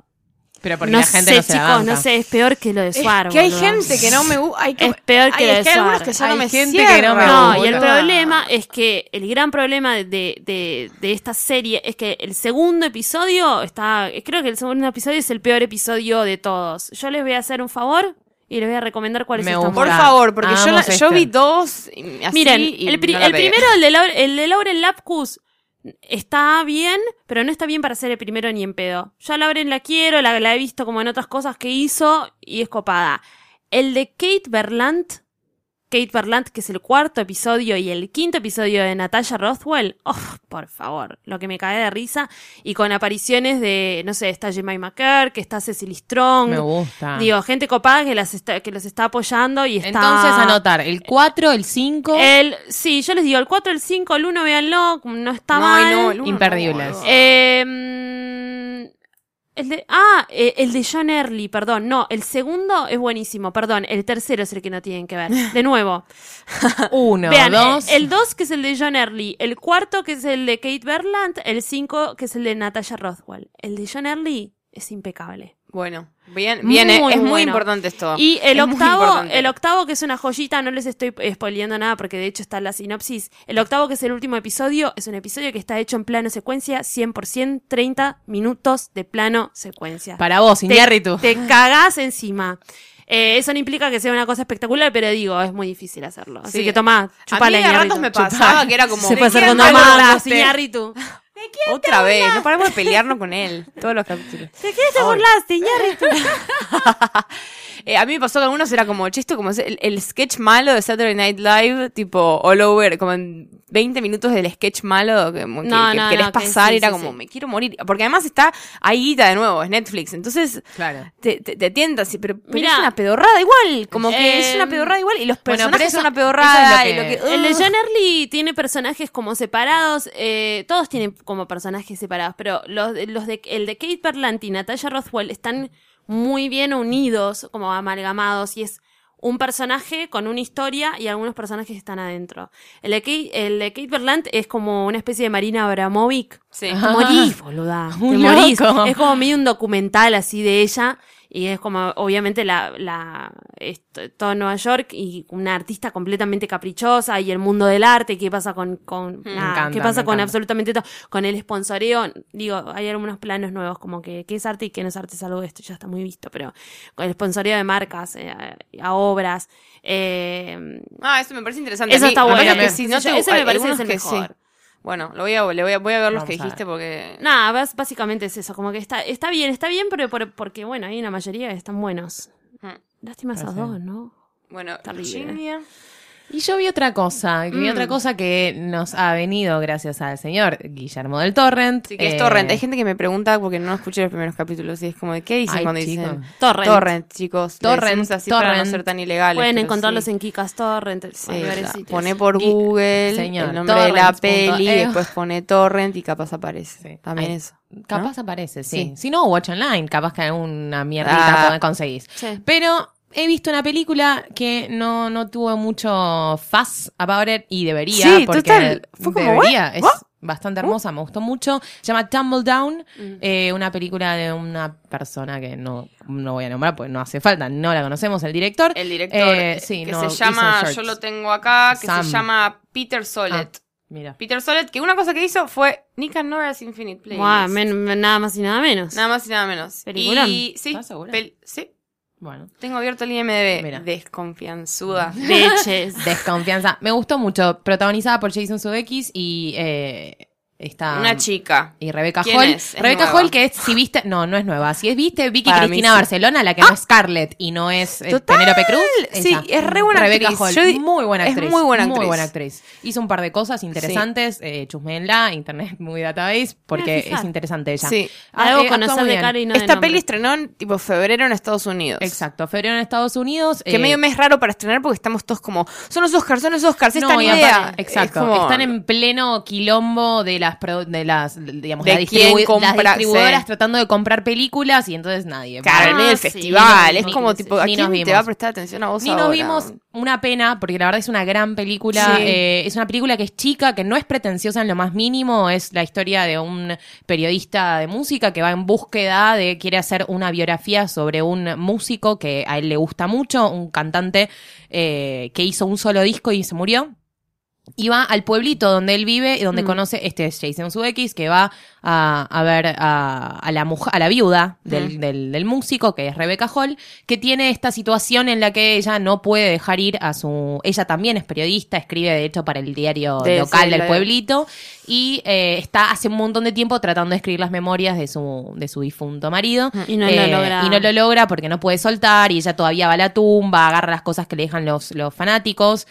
Speaker 7: Pero porque
Speaker 6: no
Speaker 7: la gente
Speaker 6: sé,
Speaker 7: no se la
Speaker 6: chicos,
Speaker 7: banca.
Speaker 6: no sé, es peor que lo de Suar.
Speaker 8: Es que hay
Speaker 6: boludo.
Speaker 8: gente que no me gusta.
Speaker 6: Es peor que
Speaker 8: hay, es que hay
Speaker 6: Suar.
Speaker 8: algunos que ya no
Speaker 7: Hay
Speaker 8: me
Speaker 7: gente que no me
Speaker 8: cierran,
Speaker 6: No,
Speaker 7: Pero,
Speaker 6: y el
Speaker 8: boluda.
Speaker 6: problema es que el gran problema de, de- de esta serie es que el segundo episodio está. Creo que el segundo episodio es el peor episodio de todos. Yo les voy a hacer un favor y les voy a recomendar cuál es
Speaker 7: Me
Speaker 6: esta
Speaker 7: gusta.
Speaker 8: Por
Speaker 7: Ahora,
Speaker 8: favor, porque yo, la-
Speaker 7: hagamos
Speaker 8: yo
Speaker 7: este.
Speaker 8: vi dos. y- Así,
Speaker 6: Miren,
Speaker 8: y
Speaker 6: el, pri-
Speaker 8: no la
Speaker 6: el
Speaker 8: pegué.
Speaker 6: primero, el de, Laure- el de Lauren Lapkus, está bien, pero no está bien para ser el primero ni en pedo. Yo a Lauren la quiero, la, la he visto como en otras cosas que hizo y es copada. El de Kate Berlant, Kate Berlant, que es el cuarto episodio y el quinto episodio de Natalia Rothwell, oh, por favor, lo que me cae de risa. Y con apariciones de, no sé, está Jemima McCurk, que está Cecily Strong.
Speaker 7: Me gusta.
Speaker 6: Digo, gente copada que, las está- que los está apoyando y está...
Speaker 7: Entonces anotar el 4, el 5,
Speaker 8: Eh,
Speaker 6: El, sí, yo les digo, el 4, el 5, el 1, véanlo, no está mal.
Speaker 8: Ay, no, el uno no,
Speaker 7: Imperdibles.
Speaker 8: boluda.
Speaker 6: Eh, mm, el de, ah, eh, el de John Early, perdón. No, el segundo es buenísimo, perdón. El tercero es el que no tienen que ver. De
Speaker 8: <laughs>
Speaker 6: nuevo.
Speaker 7: 1,
Speaker 6: Vean,
Speaker 7: 2.
Speaker 6: eh, el 2 que es el de John Early, el cuarto que es el de Kate Berland, el 5 que es el de Natasha Rothwell. El de John Early es impecable.
Speaker 8: Bueno, bien,
Speaker 6: Muy
Speaker 8: bien, eh, es muy
Speaker 6: bueno.
Speaker 8: importante esto.
Speaker 6: Y el
Speaker 8: Es muy
Speaker 6: octavo,
Speaker 8: importante.
Speaker 6: el octavo que es una joyita, no les estoy eh, spoileando nada porque de hecho está la sinopsis. El octavo que es el último episodio, es un episodio que está hecho en plano secuencia, 100%, 30 minutos de plano secuencia.
Speaker 7: Para vos,
Speaker 6: te,
Speaker 7: Iñárritu.
Speaker 6: te cagás encima. Eh, eso no implica que sea una cosa espectacular, pero digo, es muy difícil hacerlo. Así
Speaker 8: Sí.
Speaker 6: que tomá,
Speaker 8: a mí
Speaker 6: chupala
Speaker 8: a ratos
Speaker 6: Iñárritu.
Speaker 8: me pasaba que era como.
Speaker 6: Se
Speaker 8: ¿de
Speaker 6: puede hacer
Speaker 8: quién
Speaker 6: con
Speaker 8: hablas,
Speaker 6: amarras,
Speaker 8: usted?
Speaker 6: Iñárritu.
Speaker 8: Otra vez, no paramos de pelearnos con él. Todos los capítulos.
Speaker 6: ¿De qué te burlaste, Iñárritu?
Speaker 8: Eh, a mí me pasó que algunos era como chiste, como el, el sketch malo de Saturday Night Live, tipo all over, como en 20 minutos del sketch malo que, que-
Speaker 6: No,
Speaker 8: que
Speaker 6: no, no,
Speaker 8: querés
Speaker 6: que
Speaker 8: pasar,
Speaker 6: sí,
Speaker 8: era
Speaker 6: sí,
Speaker 8: como,
Speaker 6: sí.
Speaker 8: me quiero morir. Porque además está ahí guita de nuevo, es Netflix. Entonces
Speaker 7: Claro.
Speaker 8: te, te, te tienta, sí, pero, pero
Speaker 6: Mirá.
Speaker 8: es una pedorrada igual. Como que es una
Speaker 6: Em,
Speaker 8: pedorrada igual y los
Speaker 7: bueno, pero
Speaker 8: personajes
Speaker 7: eso-
Speaker 8: son una pedorrada.
Speaker 7: eso es lo
Speaker 8: y
Speaker 7: que-
Speaker 8: lo que,
Speaker 6: El de
Speaker 8: ugh.
Speaker 6: John Early tiene personajes como separados. eh, todos tienen como personajes separados, pero los, de- los de, el de Kate Berlant y Natalia Rothwell están muy bien unidos, como amalgamados, y es un personaje con una historia y algunos personajes están adentro. El de Kate, el de Kate Berlant es como una especie de Marina Abramovic. Te
Speaker 8: Sí.
Speaker 7: <laughs>
Speaker 6: morís, boluda. Te
Speaker 7: Un
Speaker 6: morís.
Speaker 7: loco.
Speaker 6: Es como medio un documental así de ella. Y es como, obviamente, la, la, es t- todo Nueva York y una artista completamente caprichosa y el mundo del arte, qué pasa con, con, nada,
Speaker 7: encanta,
Speaker 6: qué pasa
Speaker 7: Mm. me
Speaker 6: con
Speaker 7: encanta.
Speaker 6: absolutamente todo, con el sponsoreo. Digo, hay algunos planos nuevos, como que qué es arte y qué no es arte, es algo de esto, ya está muy visto, pero con el sponsoreo de marcas, eh, a- a obras, eh,
Speaker 8: Ah, eso me parece interesante.
Speaker 6: Eso
Speaker 8: A mí-
Speaker 6: está
Speaker 8: me
Speaker 6: bueno,
Speaker 8: parece que
Speaker 6: me-
Speaker 8: si no
Speaker 6: ese-
Speaker 8: te-
Speaker 6: ese me
Speaker 8: hay
Speaker 6: parece
Speaker 8: algunos
Speaker 6: es el
Speaker 8: que sí.
Speaker 6: mejor.
Speaker 8: Bueno, lo voy a, le voy a, voy a ver los
Speaker 7: Vamos
Speaker 8: que
Speaker 7: a ver.
Speaker 8: dijiste porque.
Speaker 6: Nada, bas- básicamente es eso, como que está, está bien, está bien, pero por- porque bueno, hay una mayoría que están buenos.
Speaker 8: Mm.
Speaker 6: Lástima esas
Speaker 7: Parece.
Speaker 6: dos, ¿no?
Speaker 8: Bueno,
Speaker 6: Terrible.
Speaker 8: Virginia.
Speaker 7: Y yo vi otra cosa, vi
Speaker 8: Mm.
Speaker 7: otra cosa que nos ha venido gracias al señor Guillermo del Torrent.
Speaker 8: Así que es
Speaker 7: Eh,
Speaker 8: Torrent. Hay gente que me pregunta porque no escuché los primeros capítulos y es como, de, ¿qué dicen
Speaker 7: Ay,
Speaker 8: cuando
Speaker 7: chico.
Speaker 8: dicen
Speaker 6: Torrent.
Speaker 8: Torrent, chicos? Le
Speaker 7: Torrent,
Speaker 8: decimos así para
Speaker 7: torrent.
Speaker 8: no ser tan ilegales.
Speaker 6: Pueden
Speaker 8: pero
Speaker 6: encontrarlos
Speaker 8: sí.
Speaker 6: en Kikas Torrent. en
Speaker 8: Sí,
Speaker 6: varios
Speaker 8: ya.
Speaker 6: sitios.
Speaker 8: Pone por
Speaker 7: Y-
Speaker 8: Google
Speaker 7: señor,
Speaker 8: el nombre de la
Speaker 7: torrents punto
Speaker 8: peli,
Speaker 7: eo.
Speaker 8: después pone Torrent y capaz aparece.
Speaker 7: Sí.
Speaker 8: También
Speaker 7: Ay,
Speaker 8: eso. ¿no?
Speaker 7: Capaz aparece, sí.
Speaker 8: Sí.
Speaker 7: Si no, Watch Online, capaz que alguna mierdita
Speaker 8: Ah.
Speaker 7: podés- conseguís.
Speaker 6: Sí.
Speaker 7: Pero he visto una película que no, no tuvo mucho fuss about it y debería,
Speaker 8: Sí,
Speaker 7: porque
Speaker 8: total. Fue como,
Speaker 7: debería.
Speaker 8: ¿what?
Speaker 7: Es
Speaker 8: ¿what? ¿Mm?
Speaker 7: bastante hermosa, me gustó mucho. Se llama Tumble Down, eh, una película de una persona que no, no voy a nombrar, pues no hace falta, no la conocemos, el director.
Speaker 8: El director
Speaker 7: Eh,
Speaker 8: eh,
Speaker 7: sí,
Speaker 8: que
Speaker 7: no,
Speaker 8: se
Speaker 7: hizo
Speaker 8: llama,
Speaker 7: Shorts.
Speaker 8: yo lo tengo acá, que
Speaker 7: Sam. Ah.
Speaker 8: se llama Peter Solet.
Speaker 7: Mira.
Speaker 8: Peter Solet, que una cosa que hizo fue Nick and Nora's Infinite Playlist.
Speaker 6: Guau, men- men- nada más y nada menos.
Speaker 8: Nada más y nada menos.
Speaker 6: Peliculón.
Speaker 8: Y sí,
Speaker 7: ¿Estás segura?
Speaker 8: pel- sí,
Speaker 7: Bueno.
Speaker 8: tengo abierto el IMDb.
Speaker 7: Mira.
Speaker 8: Desconfianzuda.
Speaker 6: <laughs> Leches.
Speaker 7: Desconfianza. Me gustó mucho. Protagonizada por Jason Sudeikis y eh, está.
Speaker 8: Una chica.
Speaker 7: Y Rebeca
Speaker 8: ¿Quién
Speaker 7: Hall.
Speaker 8: es? Es
Speaker 7: Rebeca
Speaker 8: nueva.
Speaker 7: Hall, que es, si viste. No, no es nueva. Si es viste Vicky
Speaker 8: Para mí
Speaker 7: Cristina
Speaker 8: sí. ¡Ah!
Speaker 7: Barcelona, la que no es Scarlett y no es eh,
Speaker 8: Total.
Speaker 7: Penélope Cruz.
Speaker 8: Sí,
Speaker 7: ella.
Speaker 8: es re buena
Speaker 7: Rebeca
Speaker 8: actriz.
Speaker 7: Hall.
Speaker 8: Yo di-
Speaker 7: muy buena
Speaker 8: es
Speaker 7: actriz.
Speaker 8: muy buena actriz.
Speaker 7: actriz. Hizo un par de cosas interesantes. Eh, chusmeenla, Internet Movie Database, porque
Speaker 6: fijar.
Speaker 7: es interesante ella.
Speaker 8: Sí.
Speaker 7: Ah,
Speaker 6: Algo
Speaker 7: eh, actúa
Speaker 6: conocer
Speaker 7: muy
Speaker 6: de
Speaker 7: bien.
Speaker 6: cara y no de
Speaker 8: Esta
Speaker 6: nombre.
Speaker 8: peli estrenó en tipo febrero en Estados Unidos.
Speaker 7: Exacto. Febrero en Estados Unidos.
Speaker 8: Que
Speaker 7: eh,
Speaker 8: medio mes raro para estrenar porque estamos todos como, son los Oscars, son los Oscars,
Speaker 7: No,
Speaker 8: esta
Speaker 7: y
Speaker 8: idea.
Speaker 7: aparte- exacto.
Speaker 8: Es como-
Speaker 7: Están en pleno quilombo de las, pro- de las digamos,
Speaker 8: De
Speaker 7: las,
Speaker 8: quién
Speaker 7: distribu-
Speaker 8: compra-
Speaker 7: las distribudoras
Speaker 8: sí.
Speaker 7: tratando de comprar películas y entonces nadie.
Speaker 6: Ah,
Speaker 8: Claro, en
Speaker 7: Bueno,
Speaker 8: medio del
Speaker 6: sí.
Speaker 8: festival.
Speaker 7: Ni
Speaker 8: es
Speaker 7: nos-
Speaker 8: como
Speaker 7: ni-
Speaker 8: tipo, ¿a
Speaker 7: ni nos
Speaker 8: quién
Speaker 7: vimos.
Speaker 8: te va a prestar atención a vos
Speaker 7: Ni
Speaker 8: ahora?
Speaker 7: nos vimos una pena, porque la verdad es una gran película.
Speaker 8: Sí.
Speaker 7: Eh, es una película que es chica, que no es pretenciosa en lo más mínimo. Es la historia de un periodista de música que va en búsqueda de, quiere hacer una biografía sobre un músico que a él le gusta mucho, un cantante eh, que hizo un solo disco y se murió. Y va al pueblito donde él vive y donde
Speaker 8: Mm.
Speaker 7: conoce, este es Jason Sudeikis, que va a, a ver a, a la mujer, a la viuda del, del- del músico, que es Rebecca Hall, que tiene esta situación en la que ella no puede dejar ir a su... Ella también es periodista, escribe de hecho para el diario
Speaker 8: De-
Speaker 7: local
Speaker 8: sí,
Speaker 7: del
Speaker 8: la-
Speaker 7: pueblito y eh, está hace un montón de tiempo tratando de escribir las memorias de su, de su difunto marido.
Speaker 6: Y no lo
Speaker 7: Eh,
Speaker 6: logra.
Speaker 7: Y no lo logra porque no puede soltar y ella todavía va a la tumba, agarra las cosas que le dejan los, los fanáticos.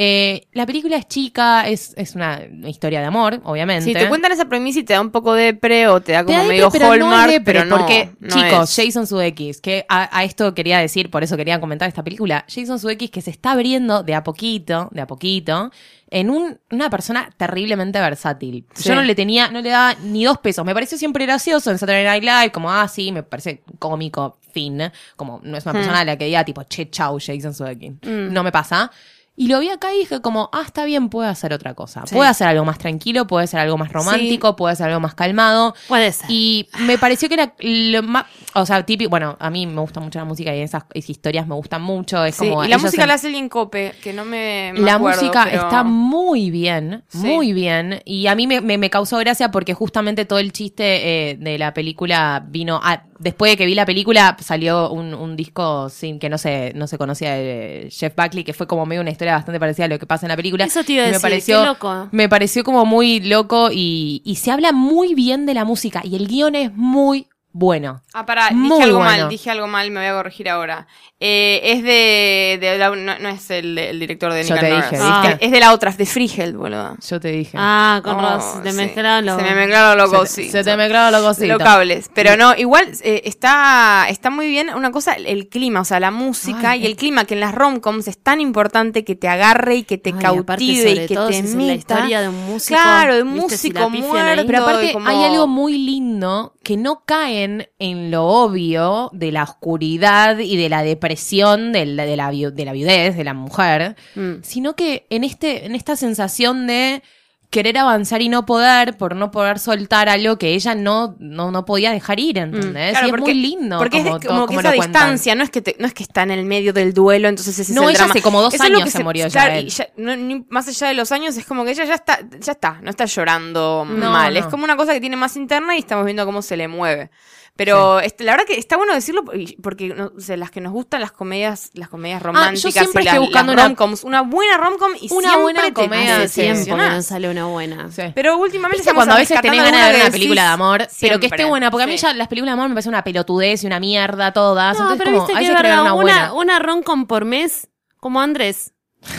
Speaker 7: Eh, la película es chica, es, es una historia de amor, obviamente.
Speaker 8: Si te cuentan esa premisa y te da un poco de pre o te da
Speaker 7: Te
Speaker 8: como
Speaker 7: da
Speaker 8: medio
Speaker 7: depre, pero no
Speaker 8: Hallmark,
Speaker 7: es depre,
Speaker 8: pero no.
Speaker 7: Porque,
Speaker 8: no
Speaker 7: chicos,
Speaker 8: es.
Speaker 7: Jason Sudeikis, que a, a esto quería decir, por eso quería comentar esta película. Jason Sudeikis que se está abriendo de a poquito, de a poquito, en un- una persona terriblemente versátil.
Speaker 8: Sí.
Speaker 7: Yo no le tenía, no le daba ni dos pesos. Me pareció siempre gracioso en Saturday Night Live, como, ah, sí, me parece cómico, fin. Como, no es
Speaker 8: Hmm.
Speaker 7: una persona a la que diga, tipo, che, chau, Jason Sudeikis. No me pasa. Y lo vi acá y dije como, ah, está bien, puede hacer otra cosa.
Speaker 8: Sí.
Speaker 7: Puede hacer algo más tranquilo, puede ser algo más romántico, puede ser algo más calmado.
Speaker 6: Puede ser.
Speaker 7: Y me pareció que era lo más. O sea, típico. Bueno, a mí me gusta mucho la música y esas, esas historias me gustan mucho. Es
Speaker 8: Sí,
Speaker 7: como.
Speaker 8: y la
Speaker 7: ellos
Speaker 8: música
Speaker 7: en-
Speaker 8: la hace Lin Cope, que no me. me
Speaker 7: la
Speaker 8: acuerdo,
Speaker 7: música
Speaker 8: pero-
Speaker 7: está muy bien,
Speaker 8: Sí.
Speaker 7: muy bien. Y a mí me, me- me causó gracia porque justamente todo el chiste eh, de la película vino. a- después de que vi la película, salió un, un disco sin, que no se, no se conocía de Jeff Buckley, que fue como medio una historia bastante parecida a lo que pasa en la película.
Speaker 6: Eso te iba a
Speaker 7: Y
Speaker 6: decir,
Speaker 7: me pareció,
Speaker 6: qué loco.
Speaker 7: Me pareció como muy loco y, y se habla muy bien de la música. Y el guión es muy bueno.
Speaker 8: Ah, pará,
Speaker 7: Muy
Speaker 8: dije algo
Speaker 7: bueno.
Speaker 8: mal, dije algo mal, me voy a corregir ahora. Eh, es de. de la- no, no es el, el director de
Speaker 7: Yo
Speaker 8: Nick
Speaker 7: te
Speaker 8: and
Speaker 7: dije,
Speaker 8: Nora's.
Speaker 6: ¿viste?
Speaker 8: Ah, Es de la otra, es de Frigel, boludo.
Speaker 7: Yo te dije.
Speaker 6: Ah, con
Speaker 8: Oh,
Speaker 6: Ross. Te
Speaker 8: sí.
Speaker 6: mezclaron los.
Speaker 8: Se me mezclaron los
Speaker 7: se, te-
Speaker 8: cositos.
Speaker 7: se te me clava lo cosito.
Speaker 8: Los cables. Pero no, igual eh, está, está muy bien una cosa, el, el clima, o sea, la música
Speaker 7: Ay,
Speaker 8: y el clima que en las romcoms es tan importante que te agarre y que te
Speaker 6: Ay, aparte,
Speaker 8: cautive
Speaker 6: sobre
Speaker 8: y que
Speaker 6: todo,
Speaker 8: te
Speaker 6: si es la
Speaker 8: meta.
Speaker 6: historia de un músico,
Speaker 8: Claro, de un
Speaker 6: viste, si la
Speaker 8: músico
Speaker 6: pifian
Speaker 8: muerto.
Speaker 6: ahí.
Speaker 7: Pero aparte
Speaker 8: y como-
Speaker 7: hay algo muy lindo que no caen en lo obvio de la oscuridad y de la depresión de la, de la, viu- de la viudez de la mujer,
Speaker 6: Mm.
Speaker 7: sino que en, este, en esta sensación de querer avanzar y no poder, por no poder soltar algo que ella no, no, no podía dejar ir, ¿entendés?
Speaker 8: Mm. Claro,
Speaker 7: y es
Speaker 8: porque-
Speaker 7: muy lindo.
Speaker 8: Porque es de-
Speaker 7: como,
Speaker 8: como,
Speaker 7: to-
Speaker 8: que
Speaker 7: como
Speaker 8: esa
Speaker 7: lo cuentan.
Speaker 8: distancia, no es, que te- no es que está en el medio del duelo, entonces ese
Speaker 7: No,
Speaker 8: es el
Speaker 7: ella
Speaker 8: drama.
Speaker 7: hace como dos
Speaker 8: Eso es lo
Speaker 7: años
Speaker 8: que
Speaker 7: se murió ya
Speaker 8: claro,
Speaker 7: él.
Speaker 8: y no- ni- más allá de los años, es como que ella ya está, ya está, no está llorando
Speaker 7: No,
Speaker 8: mal.
Speaker 7: no.
Speaker 8: Es como una cosa que tiene más interna y estamos viendo cómo se le mueve. Pero este, la verdad que está bueno decirlo y- porque no, o sea, las que nos gustan las comedias, las comedias románticas,
Speaker 7: Ah, yo siempre
Speaker 8: y las-
Speaker 7: estoy buscando
Speaker 8: las
Speaker 7: una-
Speaker 8: romcoms, una, buena romcom y
Speaker 7: Una
Speaker 8: siempre
Speaker 7: buena
Speaker 8: te
Speaker 7: comedia,
Speaker 6: Hace
Speaker 7: sí,
Speaker 6: tiempo que no
Speaker 8: decepcionás.
Speaker 6: sale una buena.
Speaker 7: Sí.
Speaker 8: Pero últimamente
Speaker 7: ¿Viste
Speaker 8: estamos
Speaker 7: cuando a veces tenés ganas
Speaker 8: rescatando
Speaker 7: de ver una
Speaker 8: alguna que
Speaker 7: película de
Speaker 8: decís
Speaker 7: amor, pero que esté
Speaker 8: siempre.
Speaker 7: buena? Porque a mí
Speaker 8: Sí.
Speaker 7: ya las películas de amor me parecen una pelotudez y una mierda todas.
Speaker 6: No,
Speaker 7: Entonces,
Speaker 6: pero
Speaker 7: como,
Speaker 6: viste
Speaker 7: a
Speaker 6: que es
Speaker 7: veces quiero ver
Speaker 6: verdad,
Speaker 7: una
Speaker 6: una,
Speaker 7: buena.
Speaker 6: una roncon por mes, como Andrés.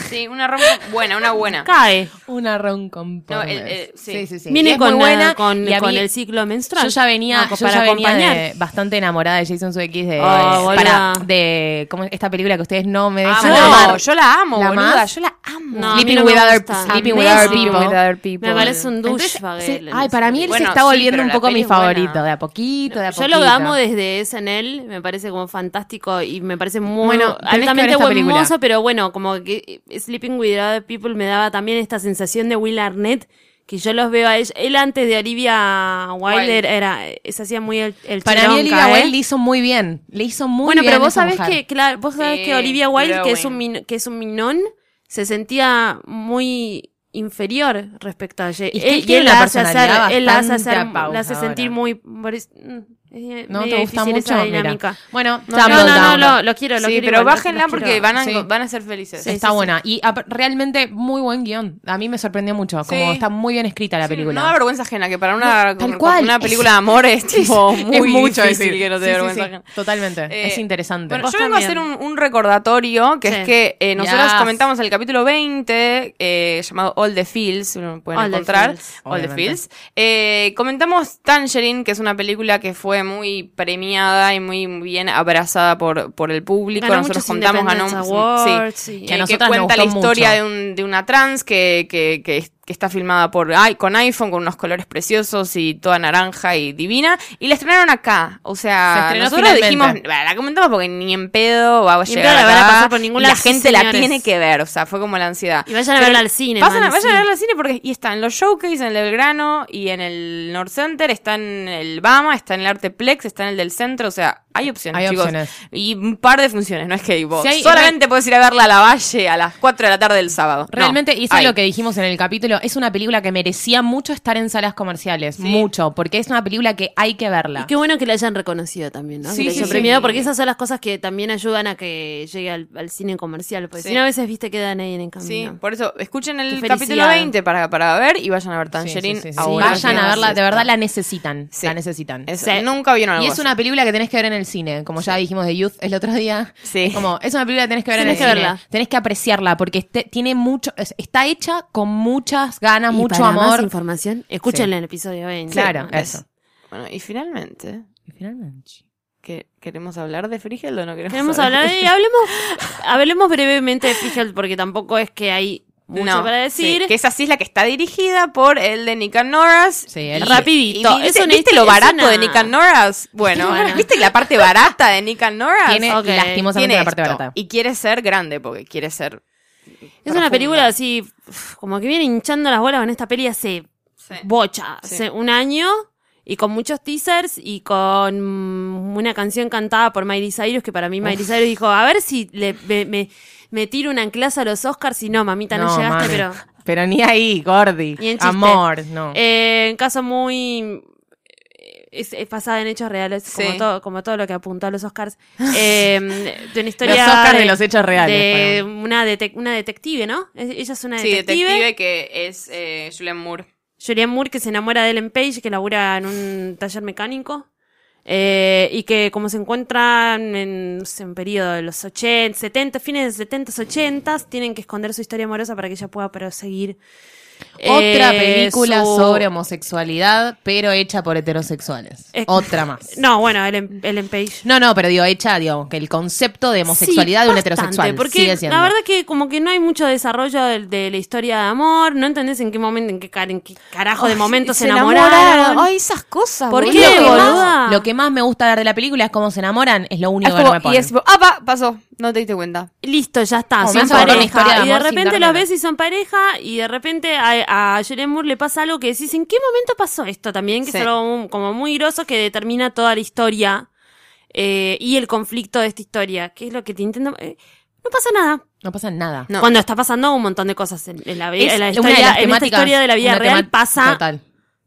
Speaker 8: Sí, una rom buena, una buena.
Speaker 6: Cae.
Speaker 7: Una rom con
Speaker 8: No, el- el- sí.
Speaker 6: Viene con,
Speaker 7: buena,
Speaker 6: eh, con,
Speaker 7: y a
Speaker 6: con
Speaker 7: mí-
Speaker 6: el ciclo menstrual.
Speaker 7: Yo ya venía,
Speaker 6: Ah, co-
Speaker 7: yo
Speaker 6: para
Speaker 7: ya venía
Speaker 6: acompañar.
Speaker 7: de- bastante enamorada de Jason Sudeikis de,
Speaker 6: Ah,
Speaker 7: de- para-
Speaker 6: boluda.
Speaker 7: de ¿cómo es? esta película que ustedes no me dejan
Speaker 8: Amo,
Speaker 7: amar.
Speaker 8: yo la amo,
Speaker 7: ¿La
Speaker 8: boluda,
Speaker 7: amás?
Speaker 8: yo la amo.
Speaker 6: No, a mí
Speaker 7: Sleeping
Speaker 6: no me
Speaker 7: with other-
Speaker 6: gusta.
Speaker 7: Sleeping
Speaker 6: Me
Speaker 7: with other
Speaker 6: parece-
Speaker 7: people.
Speaker 6: Me parece un
Speaker 7: Entonces,
Speaker 6: douchebag.
Speaker 7: sí,
Speaker 6: él en este
Speaker 7: ay,
Speaker 6: esa
Speaker 7: para mí él
Speaker 6: película.
Speaker 8: Bueno,
Speaker 7: se está
Speaker 8: sí,
Speaker 7: volviendo
Speaker 8: pero
Speaker 7: un
Speaker 8: la
Speaker 7: poco
Speaker 8: peli
Speaker 7: mi
Speaker 8: es buena.
Speaker 7: favorito, de a poquito, de a
Speaker 6: Yo
Speaker 7: poquito.
Speaker 6: lo amo desde SNL, me parece como fantástico y me parece muy
Speaker 7: Bueno, tenés que ver
Speaker 6: altamente
Speaker 7: esta
Speaker 6: buen
Speaker 7: película.
Speaker 6: mozo, pero bueno, como que eh, Sleeping with Other People me daba también esta sensación de Will Arnett, que yo los veo a él, él antes de Olivia Wilder era, eh, se hacía muy el, el
Speaker 7: Para mí Olivia
Speaker 6: chironca, ¿eh?
Speaker 7: Wilde le hizo muy bien, le hizo muy
Speaker 6: bueno,
Speaker 7: bien
Speaker 6: pero
Speaker 7: a
Speaker 6: vos
Speaker 7: esa
Speaker 6: sabés
Speaker 7: mujer.
Speaker 6: que, claro, vos sabés
Speaker 8: Sí,
Speaker 6: que Olivia Wilde, que es, un
Speaker 8: glowing.
Speaker 6: min- que es un minón, se sentía muy inferior respecto a Jay.
Speaker 7: Y es que él
Speaker 6: Él-
Speaker 7: tiene la
Speaker 6: la hace
Speaker 7: personalidad
Speaker 6: hacer- él la hace,
Speaker 7: bastante
Speaker 6: hacer-
Speaker 7: apausadora.
Speaker 6: la hace sentir muy... parec- mm, es
Speaker 7: no
Speaker 6: medio
Speaker 7: te gusta
Speaker 6: difícil
Speaker 7: mucho,
Speaker 6: esa
Speaker 7: Mira.
Speaker 6: dinámica.
Speaker 7: Bueno,
Speaker 6: No, no, no, lo, lo quiero, lo
Speaker 8: Sí,
Speaker 6: quiero igual,
Speaker 8: pero
Speaker 6: lo-
Speaker 8: bájenla
Speaker 6: lo quiero.
Speaker 8: porque van a,
Speaker 7: Sí.
Speaker 8: van a ser felices.
Speaker 6: Sí,
Speaker 7: está
Speaker 6: sí, sí.
Speaker 7: buena y ap- realmente muy buen guión. A mí me sorprendió mucho, como
Speaker 8: Sí.
Speaker 7: está muy bien escrita la
Speaker 8: Sí,
Speaker 7: película. <laughs>
Speaker 8: No da vergüenza ajena, que para una,
Speaker 7: No, tal
Speaker 8: con-
Speaker 7: cual.
Speaker 8: una película de amor
Speaker 7: <laughs>
Speaker 8: es tipo muy
Speaker 7: es mucho
Speaker 8: difícil
Speaker 7: decir.
Speaker 8: que no te
Speaker 7: Sí,
Speaker 8: dé
Speaker 7: sí,
Speaker 8: vergüenza
Speaker 7: sí,
Speaker 8: ajena.
Speaker 7: Totalmente.
Speaker 8: Eh,
Speaker 7: es interesante.
Speaker 8: Bueno,
Speaker 6: Vos
Speaker 8: yo vengo a hacer
Speaker 6: también.
Speaker 8: un, un recordatorio, que
Speaker 6: Sí.
Speaker 8: es que eh, nosotros
Speaker 7: Yes.
Speaker 8: comentamos el capítulo 20, eh, llamado All the Fields, lo pueden
Speaker 6: All the
Speaker 8: encontrar.
Speaker 6: Fields.
Speaker 8: All the
Speaker 7: Obviamente.
Speaker 8: Fields. Eh, comentamos Tangerine, que es una película que fue muy premiada y muy bien abrazada por, por el público.
Speaker 6: Ganó
Speaker 8: nosotros
Speaker 6: muchos
Speaker 8: contamos, ganamos.
Speaker 6: Independence
Speaker 8: sí,
Speaker 6: Awards y-
Speaker 7: Que a
Speaker 8: eh, que
Speaker 7: nosotras nos
Speaker 8: cuenta la
Speaker 7: gustó
Speaker 8: historia
Speaker 7: mucho.
Speaker 8: de, un- de una trans que, que, que, que está filmada por ay, con iPhone, con unos colores preciosos y toda naranja y divina. Y la estrenaron acá. O
Speaker 7: Se
Speaker 8: sea,
Speaker 7: estrenó
Speaker 8: nosotros dijimos,
Speaker 7: finalmente.
Speaker 8: "Bah, la comentamos porque ni en pedo va a
Speaker 6: Ni en
Speaker 8: llegar.
Speaker 6: pedo la van a
Speaker 8: acá".
Speaker 6: pasar por ningún
Speaker 8: Y la
Speaker 6: lado, sí,
Speaker 8: gente la
Speaker 6: señores.
Speaker 8: tiene que ver. O sea, fue como la ansiedad.
Speaker 6: Y vayan a
Speaker 8: Pero
Speaker 6: verla al cine,
Speaker 8: pasan a-
Speaker 6: man,
Speaker 8: vayan
Speaker 6: sí.
Speaker 8: a verla al cine porque y está en los showcase, en el Belgrano y en el North Center, está en el Bama, está en el Arteplex, está en el del centro. O sea, hay opciones,
Speaker 7: Hay
Speaker 8: chicos.
Speaker 7: opciones.
Speaker 8: Y un par de funciones, no es que vos
Speaker 7: Si hay-
Speaker 8: solamente puedes ir a verla a la Valle a las 4 de la tarde del sábado. No,
Speaker 7: Realmente, y eso
Speaker 8: hay.
Speaker 7: es lo que dijimos en el capítulo, es una película que merecía mucho estar en salas comerciales, mucho, porque es una película que hay que verla.
Speaker 6: Y qué bueno que la hayan reconocido también, ¿no? que
Speaker 7: Sí,
Speaker 6: la
Speaker 7: sí,
Speaker 6: hayan
Speaker 7: sí.
Speaker 6: premiado, porque esas son las cosas que también ayudan a que llegue al, al cine comercial. Porque
Speaker 8: Sí.
Speaker 6: si no, a veces, viste, quedan ahí en el camino.
Speaker 8: Sí, por eso, escuchen el
Speaker 6: Qué
Speaker 8: capítulo
Speaker 6: felicidad.
Speaker 8: 20 para, para ver y vayan a ver
Speaker 7: Sí, sí,
Speaker 8: Tangerine
Speaker 7: sí, sí.
Speaker 8: ahora.
Speaker 7: Vayan a verla, de verdad la necesitan,
Speaker 8: Sí.
Speaker 7: la necesitan.
Speaker 8: Es-
Speaker 6: Sí.
Speaker 8: Nunca vieron algo
Speaker 7: Y es
Speaker 8: así.
Speaker 7: una película que tenés que ver en el cine, como ya dijimos de Youth el otro día.
Speaker 8: Sí.
Speaker 7: Como, es una película que tenés que ver
Speaker 6: Tenés
Speaker 7: en
Speaker 6: que
Speaker 7: el cine.
Speaker 6: verla.
Speaker 7: Tenés que apreciarla, porque este- tiene mucho, es- está hecha con muchas ganas,
Speaker 6: Y
Speaker 7: mucho
Speaker 6: para más
Speaker 7: amor.
Speaker 6: información, escúchenla en el episodio 20.
Speaker 7: Claro,
Speaker 6: ¿no?
Speaker 7: eso.
Speaker 8: Bueno, y finalmente, ¿qué- ¿queremos hablar de Frigel o no queremos,
Speaker 6: Queremos hablar y hablemos, hablemos brevemente de Fischel, porque tampoco es que hay mucho
Speaker 8: No,
Speaker 6: para decir.
Speaker 8: sí, que esa sí es la que está dirigida por el de Nick and Norris.
Speaker 7: Sí, él-
Speaker 8: Y-
Speaker 6: Rapidito,
Speaker 8: y- ¿Viste,
Speaker 6: es una-
Speaker 8: viste lo
Speaker 6: es
Speaker 8: barato
Speaker 6: una-
Speaker 8: de Nick and Norris? Bueno,
Speaker 6: <laughs> Bueno.
Speaker 8: ¿viste la parte barata de Nick and Norris?
Speaker 7: Tiene
Speaker 6: Ok.
Speaker 7: lastimosamente
Speaker 8: Tiene
Speaker 7: la parte
Speaker 8: esto,
Speaker 7: barata.
Speaker 8: Y quiere ser grande porque quiere ser.
Speaker 6: es una película así, uf, como que viene hinchando las bolas con esta peli hace bocha,
Speaker 8: Sí.
Speaker 6: hace un año, y con muchos teasers y con mm, una canción cantada por Miley Cyrus, que para mí Miley Cyrus dijo, a ver si le, me, me- me tiro una anclaza a los Oscars, y no, mamita, no, llegaste,
Speaker 7: mami.
Speaker 6: pero...
Speaker 7: Pero ni ahí, Gordy.
Speaker 6: Ni en chiste.
Speaker 7: Amor, no.
Speaker 6: Eh, en caso muy. eh, Es, es basada en hechos reales,
Speaker 8: Sí.
Speaker 6: como, todo, como todo lo que apuntó a los Oscars. <laughs> Eh, de una historia.
Speaker 7: Los Oscars de los hechos reales,
Speaker 6: de una, detec- una detective, ¿no? Es- ella es una
Speaker 8: Sí,
Speaker 6: detective.
Speaker 8: detective que es eh, Julian Moore.
Speaker 6: Julianne Moore que se enamora de Ellen Page, que labura en un taller mecánico. eh, y que como se encuentran en, no sé, un periodo de los 80, 70, fines de 70, 80, tienen que esconder su historia amorosa para que ella pueda proseguir.
Speaker 7: Otra
Speaker 6: eh,
Speaker 7: película
Speaker 6: su-
Speaker 7: sobre homosexualidad, pero hecha por heterosexuales.
Speaker 6: Eh,
Speaker 7: Otra más.
Speaker 6: No, bueno, em-, Ellen, Ellen Page.
Speaker 7: No, no, pero digo, hecha, digo, que el concepto de homosexualidad
Speaker 6: Sí,
Speaker 7: de un
Speaker 6: bastante,
Speaker 7: heterosexual
Speaker 6: Porque
Speaker 7: sigue siendo.
Speaker 6: la verdad que como que no hay mucho desarrollo de, de la historia de amor, no entendés en qué momento, en qué, car- en qué carajo de momento se, enamoraron.
Speaker 8: Ay, esas cosas.
Speaker 6: ¿Por
Speaker 7: Es
Speaker 6: qué,
Speaker 7: lo, que
Speaker 6: boluda?
Speaker 7: más, lo que más me gusta ver de la película es cómo se enamoran, es lo único que no me
Speaker 8: y
Speaker 7: pone.
Speaker 8: es tipo, ah, va, pasó. No te diste cuenta.
Speaker 6: Listo, ya está,
Speaker 7: Oh,
Speaker 6: son
Speaker 7: me hace acordar una historia
Speaker 6: pareja.
Speaker 7: de
Speaker 6: y de
Speaker 7: amor sin
Speaker 6: repente
Speaker 7: darme
Speaker 6: los
Speaker 7: nada.
Speaker 6: ves y son pareja, y de repente a, a Julianne Moore le pasa algo que decís, ¿en qué momento pasó esto también? Que
Speaker 8: Sí.
Speaker 6: es algo un- como muy groso que determina toda la historia eh, y el conflicto de esta historia, que es lo que te intento... eh, no pasa nada.
Speaker 7: No pasa nada.
Speaker 8: No.
Speaker 6: Cuando está pasando un montón de cosas en, en la, vida-
Speaker 7: Es
Speaker 6: en la
Speaker 7: una Eh, de
Speaker 6: historia,
Speaker 7: las
Speaker 6: en esta
Speaker 7: temáticas-
Speaker 6: historia de la vida
Speaker 7: una
Speaker 6: real
Speaker 7: tema-
Speaker 6: pasa
Speaker 7: Total.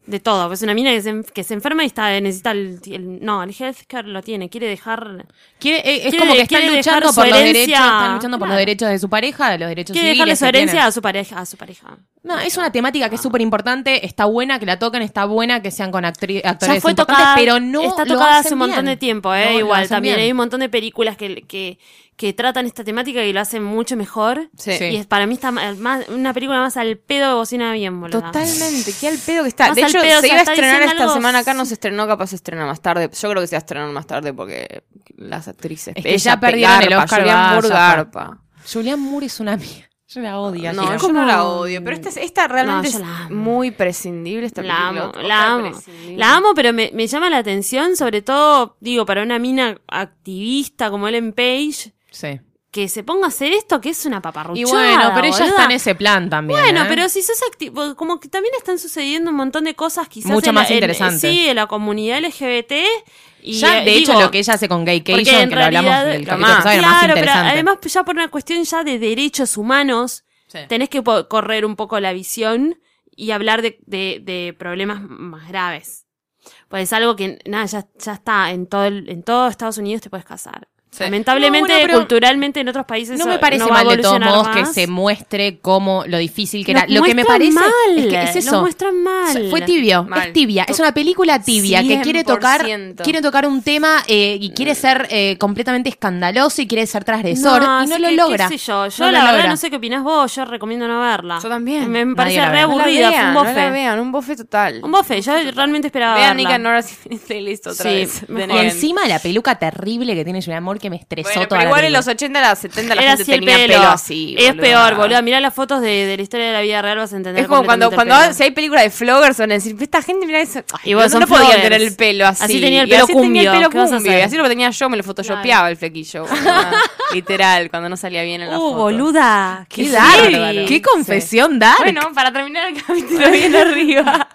Speaker 6: de todo. Es una mina que se, en- que se enferma y está, necesita el, el- No, el healthcare lo tiene, quiere dejar.
Speaker 7: Quiere- eh, es
Speaker 6: Quiere-
Speaker 7: como que están
Speaker 6: quiere dejar
Speaker 7: luchando
Speaker 6: su
Speaker 7: por los
Speaker 6: herencia.
Speaker 7: derechos, están luchando por los
Speaker 6: Claro.
Speaker 7: derechos de su pareja, de los derechos
Speaker 6: Quiere dejarle
Speaker 7: civiles.
Speaker 6: su
Speaker 7: que tienen.
Speaker 6: herencia a su pareja. A su pareja.
Speaker 7: No, es una temática que es súper importante, está buena que la toquen, está buena que sean con actri- actores
Speaker 6: Ya fue
Speaker 7: importantes,
Speaker 6: tocada,
Speaker 7: pero no
Speaker 6: está
Speaker 7: lo
Speaker 6: tocada hace
Speaker 7: hacen
Speaker 6: un montón de
Speaker 7: bien.
Speaker 6: tiempo,
Speaker 7: No
Speaker 6: eh,
Speaker 7: lo
Speaker 6: igual
Speaker 7: hacen
Speaker 6: también
Speaker 7: bien.
Speaker 6: hay un montón de películas que, que, que tratan esta temática y lo hacen mucho mejor.
Speaker 8: Sí.
Speaker 6: Y es, para mí está ma- más, una película más al pedo de bocina bien, boludo.
Speaker 8: Totalmente, qué al pedo que está.
Speaker 6: Más
Speaker 8: de
Speaker 6: al
Speaker 8: hecho,
Speaker 6: pedo, o sea,
Speaker 8: se iba a
Speaker 6: está
Speaker 8: estrenar
Speaker 6: diciendo
Speaker 8: esta
Speaker 6: algo-
Speaker 8: semana acá, no se estrenó, capaz se estrena más tarde. Yo creo que se va a estrenar más tarde porque las actrices.
Speaker 7: Es que
Speaker 8: ella
Speaker 7: ya perdieron el
Speaker 8: garpa,
Speaker 7: Oscar,
Speaker 8: Julianne
Speaker 7: va,
Speaker 8: Moore
Speaker 7: ya fue.
Speaker 8: garpa.
Speaker 7: Julián Moore es una mía. Yo la odio.
Speaker 8: No,
Speaker 7: Gira.
Speaker 8: yo no la odio, pero esta, esta realmente
Speaker 6: yo
Speaker 8: es
Speaker 6: la amo.
Speaker 8: muy prescindible. Esta
Speaker 6: La
Speaker 8: película,
Speaker 6: amo,
Speaker 8: otra
Speaker 6: la amo.
Speaker 8: prescindible.
Speaker 6: La amo, pero me, me llama la atención, sobre todo, digo, para una mina activista como Ellen Page,
Speaker 7: Sí.
Speaker 6: que se ponga a hacer esto, que es una paparruchada.
Speaker 7: Y bueno, pero ella
Speaker 6: boluda.
Speaker 7: está en ese plan también.
Speaker 6: Bueno,
Speaker 7: ¿eh?
Speaker 6: pero si sos activo, como que también están sucediendo un montón de cosas quizás
Speaker 7: Mucho
Speaker 6: en la-
Speaker 7: más
Speaker 6: en-
Speaker 7: interesantes.
Speaker 6: sí, en la comunidad LGBT. Y,
Speaker 7: ya,
Speaker 6: eh,
Speaker 7: de hecho,
Speaker 6: digo,
Speaker 7: lo que ella hace con Gay
Speaker 6: porque
Speaker 7: Cation,
Speaker 6: en
Speaker 7: que lo hablamos
Speaker 6: realidad-
Speaker 7: del
Speaker 6: lo
Speaker 7: capítulo
Speaker 8: más-
Speaker 7: pasado, era más
Speaker 6: Claro, pero
Speaker 7: interesante.
Speaker 6: además ya por una cuestión ya de derechos humanos,
Speaker 7: Sí.
Speaker 6: tenés que po- correr un poco la visión y hablar de, de- de problemas más graves. Pues es algo que, nada, ya, ya está, en todo, el- en todo Estados Unidos te puedes casar.
Speaker 8: Sí.
Speaker 6: Lamentablemente,
Speaker 7: No, bueno, pero-
Speaker 6: culturalmente, en otros países
Speaker 7: No
Speaker 6: eso
Speaker 7: me parece
Speaker 6: va a
Speaker 7: mal de todos
Speaker 6: evolucionar
Speaker 7: modos que
Speaker 6: más.
Speaker 7: se muestre como lo difícil que era.
Speaker 6: Lo
Speaker 7: Lo que me parece
Speaker 6: muestran mal,
Speaker 7: es que es
Speaker 6: Lo
Speaker 7: eso.
Speaker 6: muestran mal.
Speaker 7: Fue tibio,
Speaker 8: Mal.
Speaker 7: es tibia, es una película tibia que quiere tocar,
Speaker 8: 100%.
Speaker 7: quiere tocar un tema eh, y quiere ser eh, completamente escandaloso y quiere ser transgresor y no
Speaker 6: así
Speaker 7: lo
Speaker 6: que,
Speaker 7: logra.
Speaker 6: qué sé yo, yo
Speaker 7: No lo
Speaker 6: la verdad
Speaker 7: logra.
Speaker 6: no sé qué opinás vos, yo recomiendo no verla.
Speaker 8: Yo también.
Speaker 6: Me, me
Speaker 7: Nadie
Speaker 6: parece
Speaker 7: la
Speaker 6: re
Speaker 7: ve. No
Speaker 8: No la
Speaker 6: aburrida, fue
Speaker 8: vean,
Speaker 6: un
Speaker 8: no
Speaker 6: bofe.
Speaker 8: la vean, un bofe total.
Speaker 6: un bofe, yo realmente esperaba
Speaker 8: Vean
Speaker 6: verla.
Speaker 8: Nick and Nora's Infinite <laughs> Playlist otra
Speaker 6: Sí,
Speaker 8: vez.
Speaker 6: mejor.
Speaker 7: Y
Speaker 8: Bien.
Speaker 7: encima la peluca terrible que tiene Julian Amor que me estresó
Speaker 8: Bueno,
Speaker 7: toda
Speaker 8: pero
Speaker 7: la
Speaker 8: igual en
Speaker 7: película.
Speaker 8: los 80, las 70 la
Speaker 6: Era
Speaker 8: gente
Speaker 6: así el
Speaker 8: tenía
Speaker 6: pelo.
Speaker 8: pelo, así.
Speaker 6: es
Speaker 8: boluda.
Speaker 6: peor, boluda. Mirá las fotos de, de la historia de la vida real, vas a entender.
Speaker 8: Es como cuando,
Speaker 6: completamente
Speaker 8: cuando
Speaker 6: el
Speaker 8: si hay películas de floggers van a decir, esta gente mira eso. Ay,
Speaker 6: Y vos
Speaker 8: no,
Speaker 6: son
Speaker 8: no podían
Speaker 6: floggers.
Speaker 8: tener el pelo así.
Speaker 6: Así tenía el
Speaker 8: Y
Speaker 6: pelo
Speaker 8: así tenía el
Speaker 6: cumbio,
Speaker 8: pelo
Speaker 6: ¿qué vas a
Speaker 8: cumbio.
Speaker 6: hacer?
Speaker 8: Y así lo que tenía yo, me lo photoshopeaba el flequillo. boluda. <laughs> Literal, cuando no salía bien en la
Speaker 6: pelo. Uh,
Speaker 8: foto.
Speaker 6: boluda.
Speaker 7: Qué
Speaker 6: Qué
Speaker 7: dark,
Speaker 6: heavy.
Speaker 7: qué confesión dark.
Speaker 8: Bueno, para terminar el <laughs> capítulo bien arriba.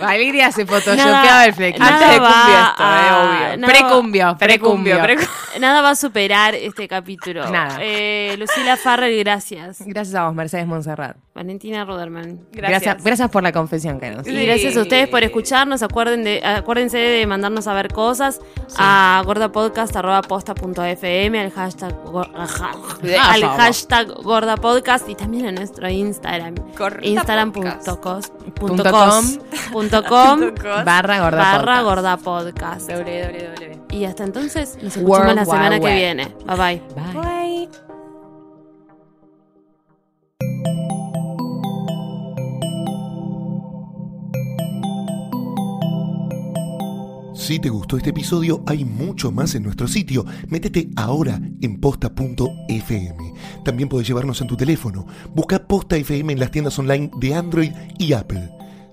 Speaker 7: Valeria se
Speaker 6: Nada-
Speaker 7: photoshopeaba el flequillo.
Speaker 6: nada
Speaker 8: Antes de cumbio
Speaker 6: va
Speaker 8: esto,
Speaker 6: a-
Speaker 8: eh, obvio.
Speaker 6: nada va-
Speaker 7: Precumbio, precumbio.
Speaker 8: precumbio.
Speaker 6: Nada va a superar este capítulo.
Speaker 7: Nada.
Speaker 6: Eh, Lucila Farrell, gracias.
Speaker 7: Gracias a vos, Mercedes Monserrat.
Speaker 6: Valentina Roderman.
Speaker 8: Gracias.
Speaker 7: Gracias, gracias por la confesión que nos
Speaker 8: Sí.
Speaker 6: Y gracias a ustedes por escucharnos. Acuerden de, acuérdense de mandarnos a ver cosas a gordapodcast.posta.fm, al hashtag, gor- ajá, al
Speaker 7: favor.
Speaker 6: hashtag gordapodcast y también a nuestro Instagram.
Speaker 8: Correcta
Speaker 7: Punto
Speaker 6: <laughs> Instagram.com.com
Speaker 7: barra gorda
Speaker 6: barra
Speaker 7: podcast.
Speaker 6: gordapodcast.
Speaker 8: www.
Speaker 6: Y hasta entonces, nos escuchamos la
Speaker 7: World Wide
Speaker 6: semana que
Speaker 7: Web.
Speaker 6: viene. Bye bye.
Speaker 7: Bye.
Speaker 5: Si te gustó este episodio, hay mucho más en nuestro sitio. Métete ahora en posta.fm. También puedes llevarnos en tu teléfono. Busca Posta FM en las tiendas online de Android y Apple.